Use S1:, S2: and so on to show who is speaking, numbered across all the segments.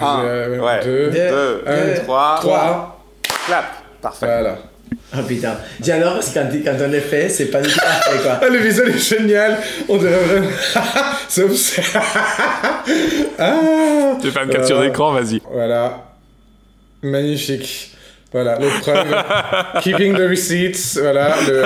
S1: Un,
S2: Euh,
S1: ouais.
S2: deux,
S1: deux,
S2: un,
S1: trois,
S2: trois.
S1: clap. Parfait.
S2: Voilà.
S3: Oh putain. Dis alors, c'est quand, quand on le fait, c'est pas du tout parfait quoi.
S2: Ah, le visuel est génial. On dirait vraiment. C'est obs- ah.
S4: Tu fais une capture
S2: Voilà.
S4: d'écran, vas-y.
S2: Voilà. Magnifique. Voilà, le preuve. Keeping the receipts. Voilà. Le,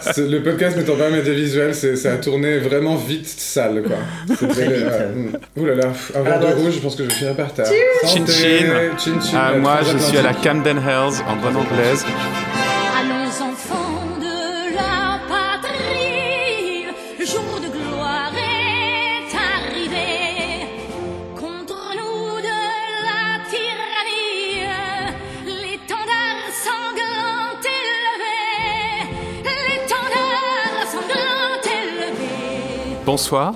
S2: ce- le podcast n'étant pas médiavisuel, c'est- ça a tourné vraiment vite sale, quoi. C'était
S3: Très
S2: le-
S3: vite.
S2: ouais. Mm. Ouh là là, pff, un
S3: Ah,
S2: verre de
S3: bah.
S2: rouge, je pense que je vais finir par terre.
S4: Chin
S2: Santé,
S4: chin.
S2: chin chin,
S4: Ah,
S2: la
S4: moi, je suis à la
S2: transatlantique.
S4: Camden Hills, en bonne anglaise.
S5: Allons enfants de la patrie, le jour de gloire est arrivé. Contre nous de la tyrannie, l'étendard sanglant élevé, l'étendard sanglant élevé.
S4: Bonsoir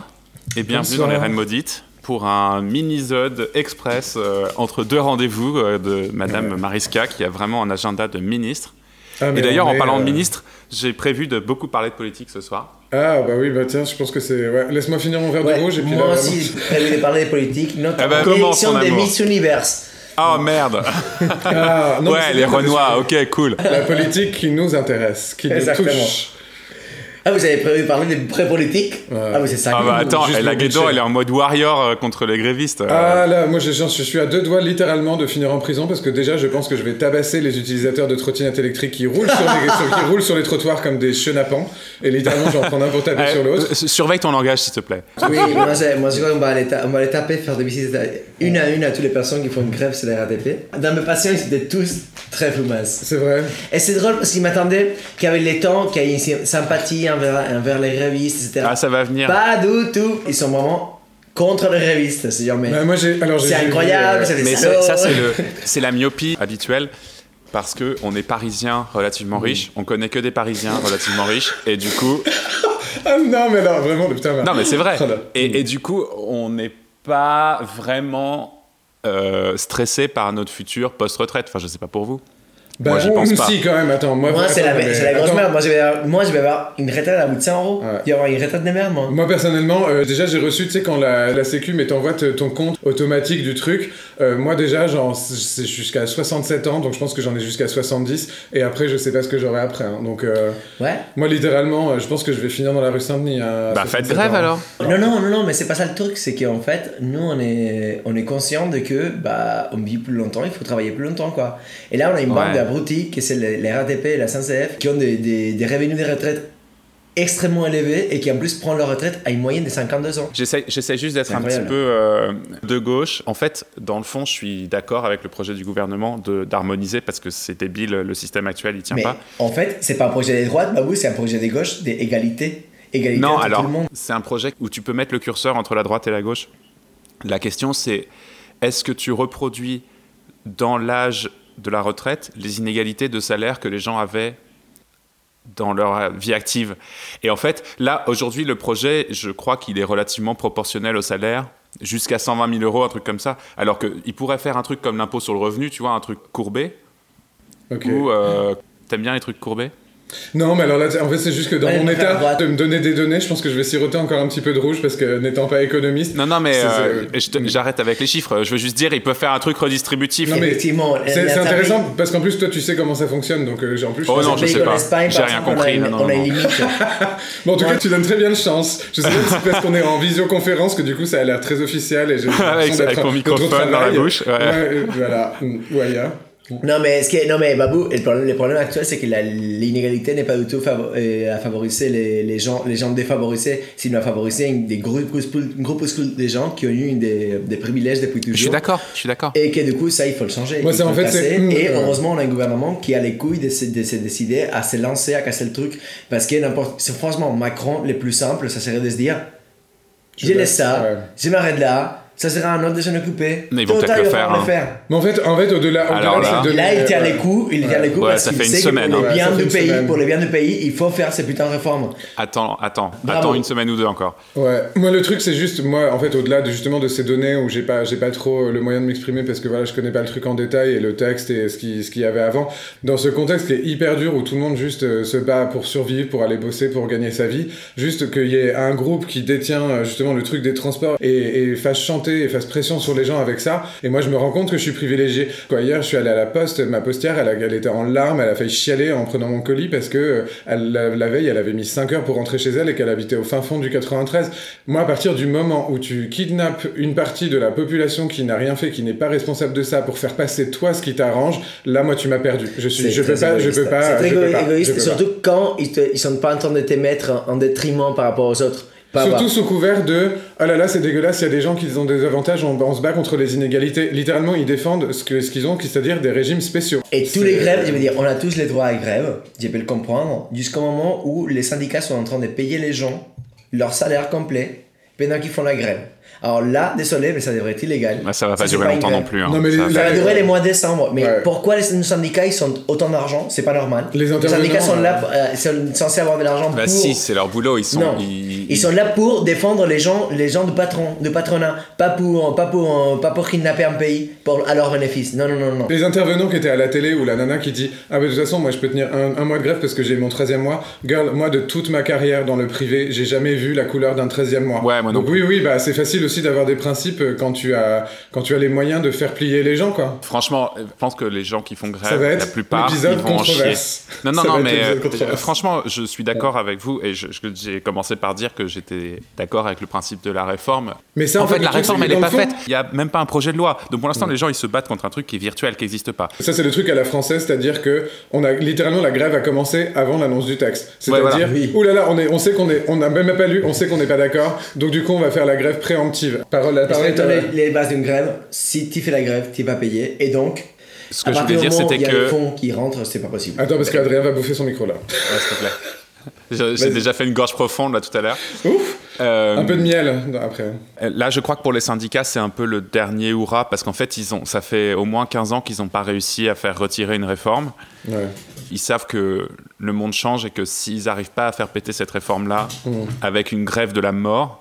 S4: et bienvenue
S2: Bonsoir.
S4: dans les Reines Maudites pour un mini-zode express euh, entre deux rendez-vous euh, de Madame Mariska qui a vraiment un agenda de ministre.
S2: Ah, mais
S4: Et d'ailleurs,
S2: on
S4: en
S2: est,
S4: parlant de
S2: euh,
S4: ministre, j'ai prévu de beaucoup parler de politique ce soir.
S2: Ah, bah oui, bah tiens, je pense que c'est. ouais, Laisse-moi finir mon verre
S3: Ouais,
S2: de rouge et puis
S3: moi
S2: là,
S3: aussi,
S2: vraiment-
S3: je prévu de parler de politique. Notre
S4: Ah bah, commence,
S3: élection
S4: mon
S3: de
S4: amour.
S3: Miss Universe.
S4: Ah merde
S2: Ah, non, mais
S4: Ouais,
S2: c'est
S4: les
S2: bien, Ah,
S4: Renois, ok, cool.
S2: La politique qui nous intéresse, qui nous
S3: Exactement.
S2: touche.
S3: Ah, vous avez prévu de parler des pré-politiques Ah, mais c'est ça.
S4: Ah bah attends,
S2: Juste
S4: elle a
S2: le
S4: Guédon,
S2: budget.
S4: elle est en mode warrior euh, contre les grévistes. euh.
S2: Ah là, moi j'ai- je suis à deux doigts littéralement de finir en prison parce que déjà je pense que je vais tabasser les utilisateurs de trottinettes électriques qui roulent sur les, sur- qui roulent sur les trottoirs comme des chenapans et littéralement j'en prends un pour taper
S4: Eh,
S2: sur l'autre.
S4: euh, surveille ton langage, s'il te plaît.
S3: Oui, moi, j'ai- moi je crois qu'on va, aller ta- on va aller taper, faire des visites à- une à une à toutes les personnes qui font une grève sur la RATP. Dans mes patients, ils étaient tous très fumeuses.
S2: C'est vrai.
S3: Et c'est drôle parce qu'ils m'attendaient qu'avec les temps, qu'il y ait une sympathie envers, envers les grévistes, etc.
S4: Ah, ça va venir.
S3: Pas du tout. Ils sont vraiment contre les grévistes. C'est genre, mais
S2: Bah, moi j'ai alors j'ai-
S3: c'est
S2: j'ai vu,
S3: incroyable,
S2: euh,
S3: ça fait
S4: Mais ça,
S3: salaud.
S4: ça, c'est le, c'est la myopie habituelle parce que on est parisien relativement riche, on connaît que des parisiens relativement riches et du coup,
S2: Ah non mais alors vraiment le putain. bah.
S4: non mais c'est vrai.
S2: Oh là.
S4: Et, et du coup, on n'est pas vraiment euh, stressé par notre futur post-retraite. Enfin, je sais pas pour vous.
S2: Bah,
S4: moi, j'y pense
S2: hum,
S4: pas.
S2: Si quand même. Attends, moi.
S3: Moi, c'est la,
S2: attends, mais-
S3: c'est la grosse
S2: attends.
S3: merde. Moi je, vais avoir, moi, je vais avoir une retraite à bout de 100 euros.
S2: Ouais.
S3: Il va y avoir une retraite de merde, moi.
S2: Moi personnellement, euh, déjà j'ai reçu, tu sais, quand la, la Sécu mais t'envoie te- euh, ton compte automatique du truc, euh, moi déjà, genre, c'est- c'est jusqu'à 67 ans, donc je pense que j'en ai jusqu'à 70, et après je sais pas ce que j'aurai après, hein. donc euh,
S3: Ouais.
S2: moi littéralement, euh, je pense que je vais finir dans la rue Saint-Denis. hein, à
S4: Bah,
S2: 67
S4: faites grève
S2: ans.
S4: alors.
S3: Non, non, non, non, mais c'est pas ça le truc. C'est qu'en fait, nous, on est, on est conscient de que, bah, on vit plus longtemps, il faut travailler plus longtemps, quoi. Et là, on a une bande
S4: Ouais.
S3: d'abrutis, que c'est les, les RATP et la SNCF, qui ont des, des, des revenus de retraite extrêmement élevés et qui, en plus, prennent leur retraite à une moyenne de 52 ans.
S4: J'essaie j'essaie juste d'être
S3: C'est
S4: un petit
S3: incroyable.
S4: peu euh, de gauche. En fait, dans le fond, je suis d'accord avec le projet du gouvernement de- d'harmoniser parce que c'est débile, le système actuel, il tient
S3: mais
S4: pas.
S3: en fait, c'est pas un projet des droites, Babou, c'est un projet des gauches, des égalités. Égalité
S4: Non,
S3: entre
S4: alors,
S3: tout le monde.
S4: c'est un projet où tu peux mettre le curseur entre la droite et la gauche. La question, c'est est-ce que tu reproduis dans l'âge de la retraite les inégalités de salaire que les gens avaient dans leur euh, vie active Et en fait, là, aujourd'hui, le projet, je crois qu'il est relativement proportionnel au salaire. Jusqu'à 120 000 euros, un truc comme ça. Alors qu'il pourrait faire un truc comme l'impôt sur le revenu, tu vois, un truc courbé.
S2: Ok.
S4: Ou euh, t'aimes bien les trucs courbés
S2: Non, mais alors là, en fait, c'est juste que dans
S3: Ouais,
S2: mon
S3: on va faire à
S2: état
S3: droite.
S2: de me donner des données, je pense que je vais siroter encore un petit peu de rouge parce que n'étant pas économiste.
S4: Non, non, mais
S2: C'est-
S4: euh,
S2: c'est-
S4: je te- j'arrête avec les chiffres. Je veux juste dire, ils peuvent faire un truc redistributif.
S2: Non, mais
S3: Effectivement,
S2: C'est
S3: la-
S2: c'est
S3: la-
S2: intéressant parce qu'en plus toi tu sais comment ça fonctionne donc euh, j'ai en plus.
S4: Oh
S2: je-
S4: non, je
S3: Mais
S4: sais
S3: qu'en
S4: pas.
S3: Espagne,
S4: J'ai
S3: par
S4: rien
S3: exemple, on a
S4: compris.
S3: une-
S4: Non, non,
S3: on a
S4: non.
S3: une limite.
S2: Bon, en tout cas, tu donnes très bien de chance. Je sais pas si c'est parce qu'on est en visioconférence que du coup ça a l'air très officiel et j'ai l'impression
S4: Avec-
S2: d'être
S4: avec
S2: un-
S4: mon
S2: de trop
S4: microphone dans la
S2: travail.
S4: bouche, ouais.
S2: euh, voilà. Mm, Ou ailleurs.
S3: Non mais, ce qui est- non mais Babou, le problème, le problème actuel c'est que la- l'inégalité n'est pas du tout favo- euh, à favoriser les, les gens, les gens défavorisés, sinon à favoriser une- des groupes groupuscules des gens qui ont eu une des, des privilèges depuis toujours.
S4: Je suis d'accord, je suis d'accord.
S3: Et que du coup ça il faut le changer.
S2: Moi,
S3: il
S2: c'est-
S3: faut
S2: en
S3: le
S2: fait, c'est-
S3: casser.
S2: Mm,
S3: Et
S2: euh.
S3: heureusement on a un gouvernement qui a les couilles de se, de se décider à se lancer, à casser le truc. Parce que n'importe, c'est franchement Macron le plus simple, ça serait de se dire,
S2: Je
S3: je
S2: vais-
S3: laisse ça,
S2: ouais.
S3: je m'arrête là. Ça sera un autre de s'en occuper.
S4: Mais ils vont
S3: Tôt ou tard,
S4: peut-être le
S3: il va
S4: faire,
S3: falloir
S4: hein.
S3: faire.
S2: Mais en fait, en fait au-delà.
S4: Alors
S2: au-delà,
S4: là-
S2: c'est de-
S3: Et là, il tient les coups, il tient les coups
S4: Ouais,
S3: parce
S4: ça
S3: qu'il
S4: fait une
S3: sait
S4: semaine,
S3: que pour
S2: hein.
S3: le bien
S2: Euh, Ouais, ça
S3: du
S2: fait une
S3: pays,
S2: semaine.
S3: pour le bien du pays, il faut faire ces putains de réformes.
S4: Attends, attends,
S3: Bravo.
S4: attends une semaine ou deux encore.
S2: Ouais. Moi, le truc, c'est juste, moi, en fait, au-delà de, justement de ces données où j'ai pas, j'ai pas trop euh, le moyen de m'exprimer parce que voilà, je connais pas le truc en détail et le texte et ce qui, ce qu'il y avait avant. Dans ce contexte qui est hyper dur où tout le monde juste euh, se bat pour survivre, pour aller bosser, pour gagner sa vie, juste qu'il y ait un groupe qui détient euh, justement le truc des transports et, et fasse chanter vanter et fasse pression sur les gens avec ça. Et moi, je me rends compte que je suis privilégié. Quoi, hier, je suis allé à la poste, ma postière, elle, a- elle était en larmes, elle a failli chialer en prenant mon colis parce que euh, elle, la, la veille, elle avait mis 5 heures pour rentrer chez elle et qu'elle habitait au fin fond du 93. Moi, à partir du moment où tu kidnappes une partie de la population qui n'a rien fait, qui n'est pas responsable de ça, pour faire passer toi ce qui t'arrange, là, moi, tu m'as perdu. Je suis,
S3: C'est
S2: je peux
S3: très
S2: pas, je
S3: égoïste.
S2: peux pas.
S3: C'est
S2: je peux
S3: très
S2: pas,
S3: égo-
S2: je peux
S3: égoïste,
S2: pas.
S3: surtout quand ils, te, ils sont pas en train de te mettre en, en détriment par rapport aux autres. Pas
S2: Surtout
S3: avoir-
S2: sous couvert de ah là là c'est dégueulasse, il y a des gens qui ont des avantages, on, on se bat contre les inégalités. Littéralement ils défendent ce que- ce qu'ils ont, qui- c'est-à-dire des régimes spéciaux.
S3: Et tous
S2: C'est-
S3: les grèves, je veux dire, on a tous les droits à grève, je peux le comprendre, jusqu'au moment où les syndicats sont en train de payer les gens leur salaire complet pendant qu'ils font la grève. Alors là, désolé, mais ça devrait être illégal.
S4: Ah, ça va pas
S3: c'est
S4: durer
S3: une
S4: longtemps
S3: grève.
S4: non plus. hein.
S2: Non, mais
S4: Ça-
S2: les-
S3: Ça va
S2: Ouais.
S3: durer les mois de décembre, mais
S2: Ouais.
S3: pourquoi les syndicats ils sont autant d'argent C'est pas normal.
S2: Les intervenants,
S3: syndicats sont là,
S2: ouais.
S3: euh, ils sont censés avoir de l'argent
S4: Bah
S3: pour
S4: si, c'est leur boulot, ils sont.
S3: non.
S4: ils-
S3: Ils, sont là pour défendre les gens, les gens de patron, de patronat, pas pour, pas pour, euh, pas pour kidnapper un pays pour, à leur bénéfice. Non, non, non, non.
S2: Les intervenants qui étaient à la télé ou la nana qui dit Ah, bah de toute façon, moi je peux tenir un, un mois de grève parce que j'ai mon 13 e mois. Girl, moi de toute ma carrière dans le privé, j'ai jamais vu la couleur d'un 13 e mois.
S4: Ouais, moi non
S2: Donc, oui, oui, bah c'est facile aussi d'avoir des principes euh, quand tu, as, quand tu as les moyens de faire plier les gens, quoi.
S4: Franchement, euh, je pense que les gens qui font grève,
S2: Ça va être
S4: la plupart, ils
S2: l'épisode
S4: vont en chier.
S2: controverse.
S4: Non, non,
S2: Ça
S4: non,
S2: va être
S4: mais
S2: l'épisode
S4: euh,
S2: controverse.
S4: franchement, je suis d'accord avec vous et je- je- j'ai commencé par dire que j'étais d'accord avec le principe de la réforme.
S2: Mais ça,
S4: en,
S2: en
S4: fait,
S2: fait, le
S4: la
S2: truc,
S4: réforme,
S2: c'est
S4: elle
S2: que
S4: n'est
S2: dans
S4: pas
S2: le fond-
S4: faite. Il n'y a même pas un projet de loi. Donc pour l'instant, les gens, ils se battent contre un truc qui est virtuel, qui n'existe pas.
S2: Ça, c'est le truc à la française, c'est-à-dire que on a littéralement la grève a commencé avant l'annonce du texte. C'est-à-dire,
S4: Ouais, voilà.
S3: Oui.
S2: oulala, on, est, on sait qu'on est, on n'a même pas lu, on sait qu'on n'est pas d'accord, donc du coup, on va faire la grève préemptive. euh, Parole, la
S3: Parce
S2: parole
S3: que
S2: est
S3: dans
S2: à-
S3: les, les bases d'une grève, si tu fais la grève, tu vas payer. Et donc,
S4: Ce que
S3: à
S4: je
S3: partir
S4: voulais
S3: du
S4: dire,
S3: moment où
S4: c'était
S3: il y a
S4: que.
S3: les fonds qui rentrent, c'est pas possible.
S2: Attends, parce qu'Adrien va bouffer son micro là.
S4: Ouais, s'il te plaît. Je- J'ai
S2: Vas-y.
S4: déjà fait une gorge profonde là tout à l'heure.
S2: Ouf
S4: Euh,
S2: Un peu de miel non, après.
S4: Là, je crois que pour les syndicats, c'est un peu le dernier hurrah parce qu'en fait, ils ont, ça fait au moins 15 ans qu'ils n'ont pas réussi à faire retirer une réforme.
S2: Ouais.
S4: Ils savent que le monde change et que s'ils n'arrivent pas à faire péter cette réforme-là
S2: Mm.
S4: avec une grève de la mort,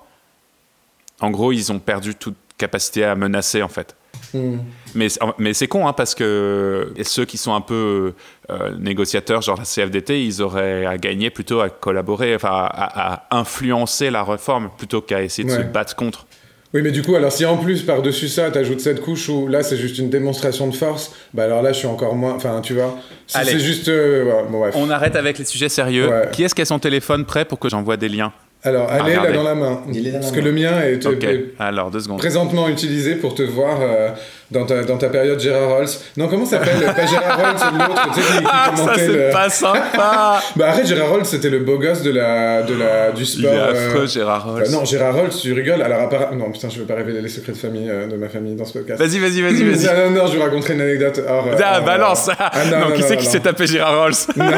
S4: en gros, ils ont perdu toute capacité à menacer en fait.
S2: Mm.
S4: Mais, c'est- mais c'est con, hein, parce que et ceux qui sont un peu euh, négociateurs, genre la CFDT, ils auraient à gagner plutôt à collaborer, enfin, à, à- à influencer la réforme plutôt qu'à essayer de
S2: Ouais.
S4: se battre contre.
S2: Oui, mais du coup, alors si en plus par-dessus ça, t'ajoutes cette couche où là c'est juste une démonstration de force, bah alors là je suis encore moins. Enfin, tu vois. Si
S4: Allez.
S2: c'est juste. euh, ouais, bon, bref.
S4: On arrête avec les sujets sérieux.
S2: Ouais.
S4: Qui est-ce qui a son téléphone prêt pour que j'envoie des liens
S2: Alors, allez là
S4: Ah, regardez.
S2: dans la main.
S3: Il est dans la
S2: Parce que
S3: main.
S2: le mien est,
S4: Ok,
S2: est-
S4: alors deux secondes.
S2: présentement utilisé pour te voir euh, dans, ta, dans ta période Gérard Rolls. Non, comment ça s'appelle Pas Gérard Rolls, c'est l'autre, tu sais, qui, qui
S4: Ah, ça
S2: commentait
S4: c'est
S2: le...
S4: pas sympa
S2: Bah arrête, Gérard Rolls, c'était le beau gosse de la, de la, du
S4: Il
S2: sport.
S4: est
S2: euh,
S4: affreux, Gérard Rolls.
S2: bah non, Gérard Rolls, tu rigoles. Alors, à part... Non, putain, je veux pas révéler les secrets de famille euh, de ma famille dans ce podcast.
S4: Vas-y, vas-y, vas-y, vas-y.
S2: Non, non, non, je vais raconter une anecdote. hors, Mmh, euh,
S4: Ah,
S2: hors,
S4: balance
S2: euh, Ah, non,
S4: Non,
S2: non,
S4: qui
S2: non,
S4: c'est qui
S2: non.
S4: s'est tapé Gérard Rolls
S2: Non,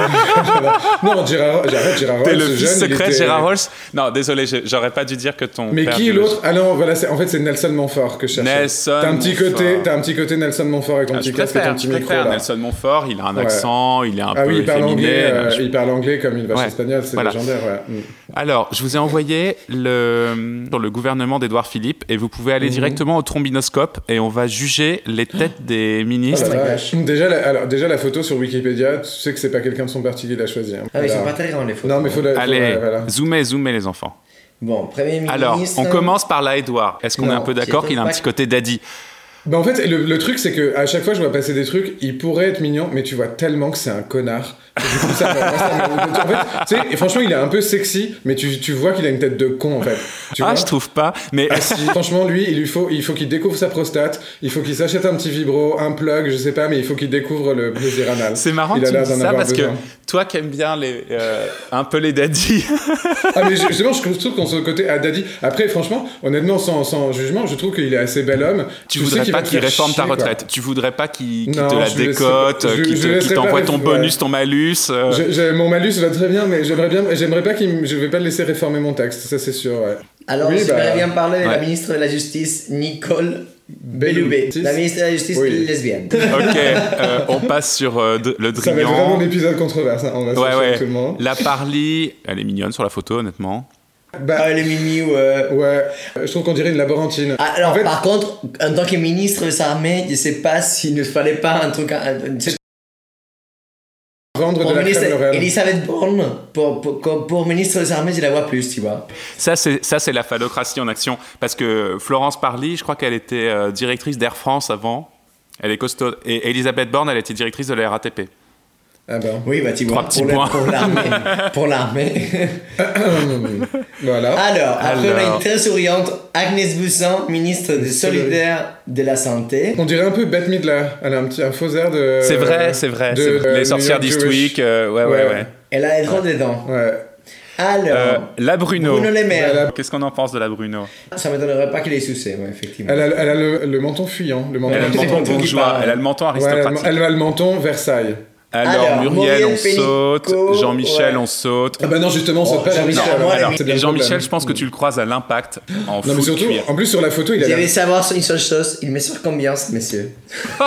S2: non, Gérard, j'arrête Gérard Rolls.
S4: T'es le
S2: ce
S4: fils
S2: jeune, il
S4: secret de
S2: était-
S4: Gérard Rolls Non, désolé, je- j'aurais pas dû dire que ton.
S2: Mais
S4: père
S2: qui est
S4: biologique-
S2: l'autre Ah non, voilà, c'est- en fait, c'est Nelson Montfort que je cherchais.
S4: Nelson
S2: T'as un petit
S4: Montfort.
S2: côté, t'as un petit côté Nelson Montfort avec ton
S4: Ah,
S2: petit
S4: Je
S2: casque et ton
S4: préfère,
S2: petit
S4: je
S2: micro.
S4: préfère
S2: là.
S4: Nelson Montfort, il a un
S2: Ouais.
S4: accent, il est un
S2: Ah
S4: peu
S2: oui, il parle
S4: efféminé.
S2: anglais, euh,
S4: non, je-
S2: il parle anglais comme une vache
S4: Ouais.
S2: espagnole, c'est
S4: Voilà.
S2: légendaire, ouais. Mm.
S4: Alors, je vous ai envoyé le, sur le gouvernement d'Édouard Philippe et vous pouvez
S2: Mhm.
S4: aller directement au trombinoscope et on va juger les têtes des
S2: Oh
S4: ministres.
S2: là
S3: my
S2: là.
S3: gosh.
S2: Déjà, la, alors, déjà, la photo sur Wikipédia, tu sais que c'est pas quelqu'un de son parti qui l'a choisi. hein.
S3: Ah, mais ils sont
S2: Alors-
S3: pas très grands les fonds.
S2: Non, mais faut la. faut-
S4: Allez,
S2: ouais, voilà.
S4: zoomez, zoomez les enfants.
S3: Bon, Premier ministre.
S4: Alors, on commence par là, Édouard. Est-ce qu'on est
S3: Non,
S4: un peu d'accord
S3: j'étais
S4: qu'il a un
S3: pas-
S4: petit côté daddy
S2: Bah, en fait, le, le truc, c'est que à chaque fois, je vois passer des trucs, il pourrait être mignon, mais tu vois tellement que c'est un connard. Et du coup, ça, me- ça me- en fait, tu sais, et franchement, il est un peu sexy, mais tu, tu vois qu'il a une tête de con, en fait. Tu
S4: Ah,
S2: vois
S4: je trouve pas. Mais
S2: Ah, si, franchement, lui, il lui faut, il faut qu'il découvre sa prostate, il faut qu'il s'achète un petit vibro, un plug, je sais pas, mais il faut qu'il découvre le plaisir anal.
S4: c'est marrant
S2: Il
S4: que
S2: a
S4: tu me
S2: l'air
S4: dises
S2: d'en
S4: ça
S2: avoir
S4: parce
S2: besoin.
S4: que toi qui aimes bien les, euh, un peu les daddies,
S2: Ah, mais je- justement, je trouve- je trouve qu'on se côté à Daddy. Après, franchement, honnêtement, sans, sans jugement, je trouve qu'il est assez bel homme.
S4: tu
S2: sais
S4: voudrais
S2: qu'il
S4: pas
S2: va te
S4: qu'il
S2: faire
S4: réforme ta
S2: chier, quoi.
S4: retraite. Tu voudrais pas qu'il qu'il
S2: Non,
S4: te la
S2: je laisserai-
S4: décote,
S2: je-
S4: euh, qu'il
S2: je
S4: te- qu'il
S2: laisserai pas
S4: t'envoie ton
S2: ref-
S4: bonus,
S2: ouais.
S4: ton malus. euh,
S2: Je- je- mon malus va très bien, mais j'aimerais bien, j'aimerais pas qu'il, me- je vais pas le laisser réformer mon texte, ça c'est sûr. ouais.
S3: Alors,
S2: Oui,
S3: je
S2: bah,
S3: voudrais bien parler de
S4: ouais.
S3: la ministre de la Justice, Nicole Belloubet.
S2: Belloubet.
S3: La ministre de la Justice
S2: Oui.
S3: lesbienne.
S4: Ok, euh, on passe sur euh, de- le
S2: Ça va être vraiment
S4: Drian.
S2: l'épisode controverse. hein, On va se
S4: Ouais,
S2: chercher
S4: ouais.
S2: tout le monde.
S4: La Parly, elle est mignonne sur la photo, honnêtement.
S2: Bah
S3: Ah, les mini ou. euh,
S2: ouais, je trouve qu'on dirait une laborantine.
S3: Ah, Alors,
S2: En fait-
S3: par contre, en tant que ministre de sa armée, je sais pas s'il ne fallait pas un truc. un- un-
S2: Vendre
S3: Pour
S2: de la crème
S3: ministre,
S2: L'Oréal.
S3: Elisabeth Borne, pour, pour, comme pour ministre des Armées, je la vois plus, tu vois.
S4: Ça, c'est ça, c'est la phallocratie en action. Parce que Florence Parly, je crois qu'elle était euh, directrice d'Air France avant. Elle est costaud. Et Elisabeth Borne, elle était directrice de la RATP.
S2: Ah ben.
S3: Oui, bah, tu vois,
S4: Trois petits
S3: pour, le-
S4: points.
S3: pour l'armée. pour l'armée.
S2: voilà.
S3: Alors, après, on a
S4: Alors.
S3: une très souriante Agnès Buzyn, ministre des Solidaires de la Santé.
S2: On dirait un peu Bette Midler. Elle a un petit un faux air de.
S4: C'est vrai, c'est vrai.
S2: de,
S4: c'est vrai.
S2: euh,
S4: Les
S2: New
S4: sorcières
S2: York Jewish.
S4: d'Eastwick. euh, ouais, ouais,
S2: Ouais.
S4: ouais.
S3: Elle a les droits dedans.
S2: Ouais.
S4: Euh,
S3: Alors,
S4: la Bruno.
S3: Bruno Le Maire.
S4: Voilà. Qu'est-ce qu'on en pense de la Bruno
S3: ça ne m'étonnerait pas qu'elle ait soucis, ouais, effectivement.
S2: Elle a, elle a le, le menton fuyant. Le menton
S4: Elle a le
S3: C'est
S4: menton
S3: pour tout qui
S4: bourgeois,
S3: parle.
S4: elle a le menton
S2: Ouais, elle, a,
S4: aristocratique.
S2: elle a le menton Versailles.
S4: Alors,
S3: Alors,
S4: Muriel, on
S3: Muriel Pénicaud,
S4: saute. Jean-Michel,
S3: ouais.
S4: on saute.
S2: Ah bah non, justement,
S3: Oh,
S2: c'est pas
S3: Jean-Michel,
S2: Jean-Michel.
S3: moi,
S4: Alors,
S3: elle
S4: et Jean-Michel, je pense que hein. tu le croises à l'impact en
S2: Non,
S4: full
S2: mais surtout,
S4: cuir.
S2: en plus sur la photo, il
S3: Vous
S2: a l'air
S3: devez savoir une seule chose, il mesure combien, ce monsieur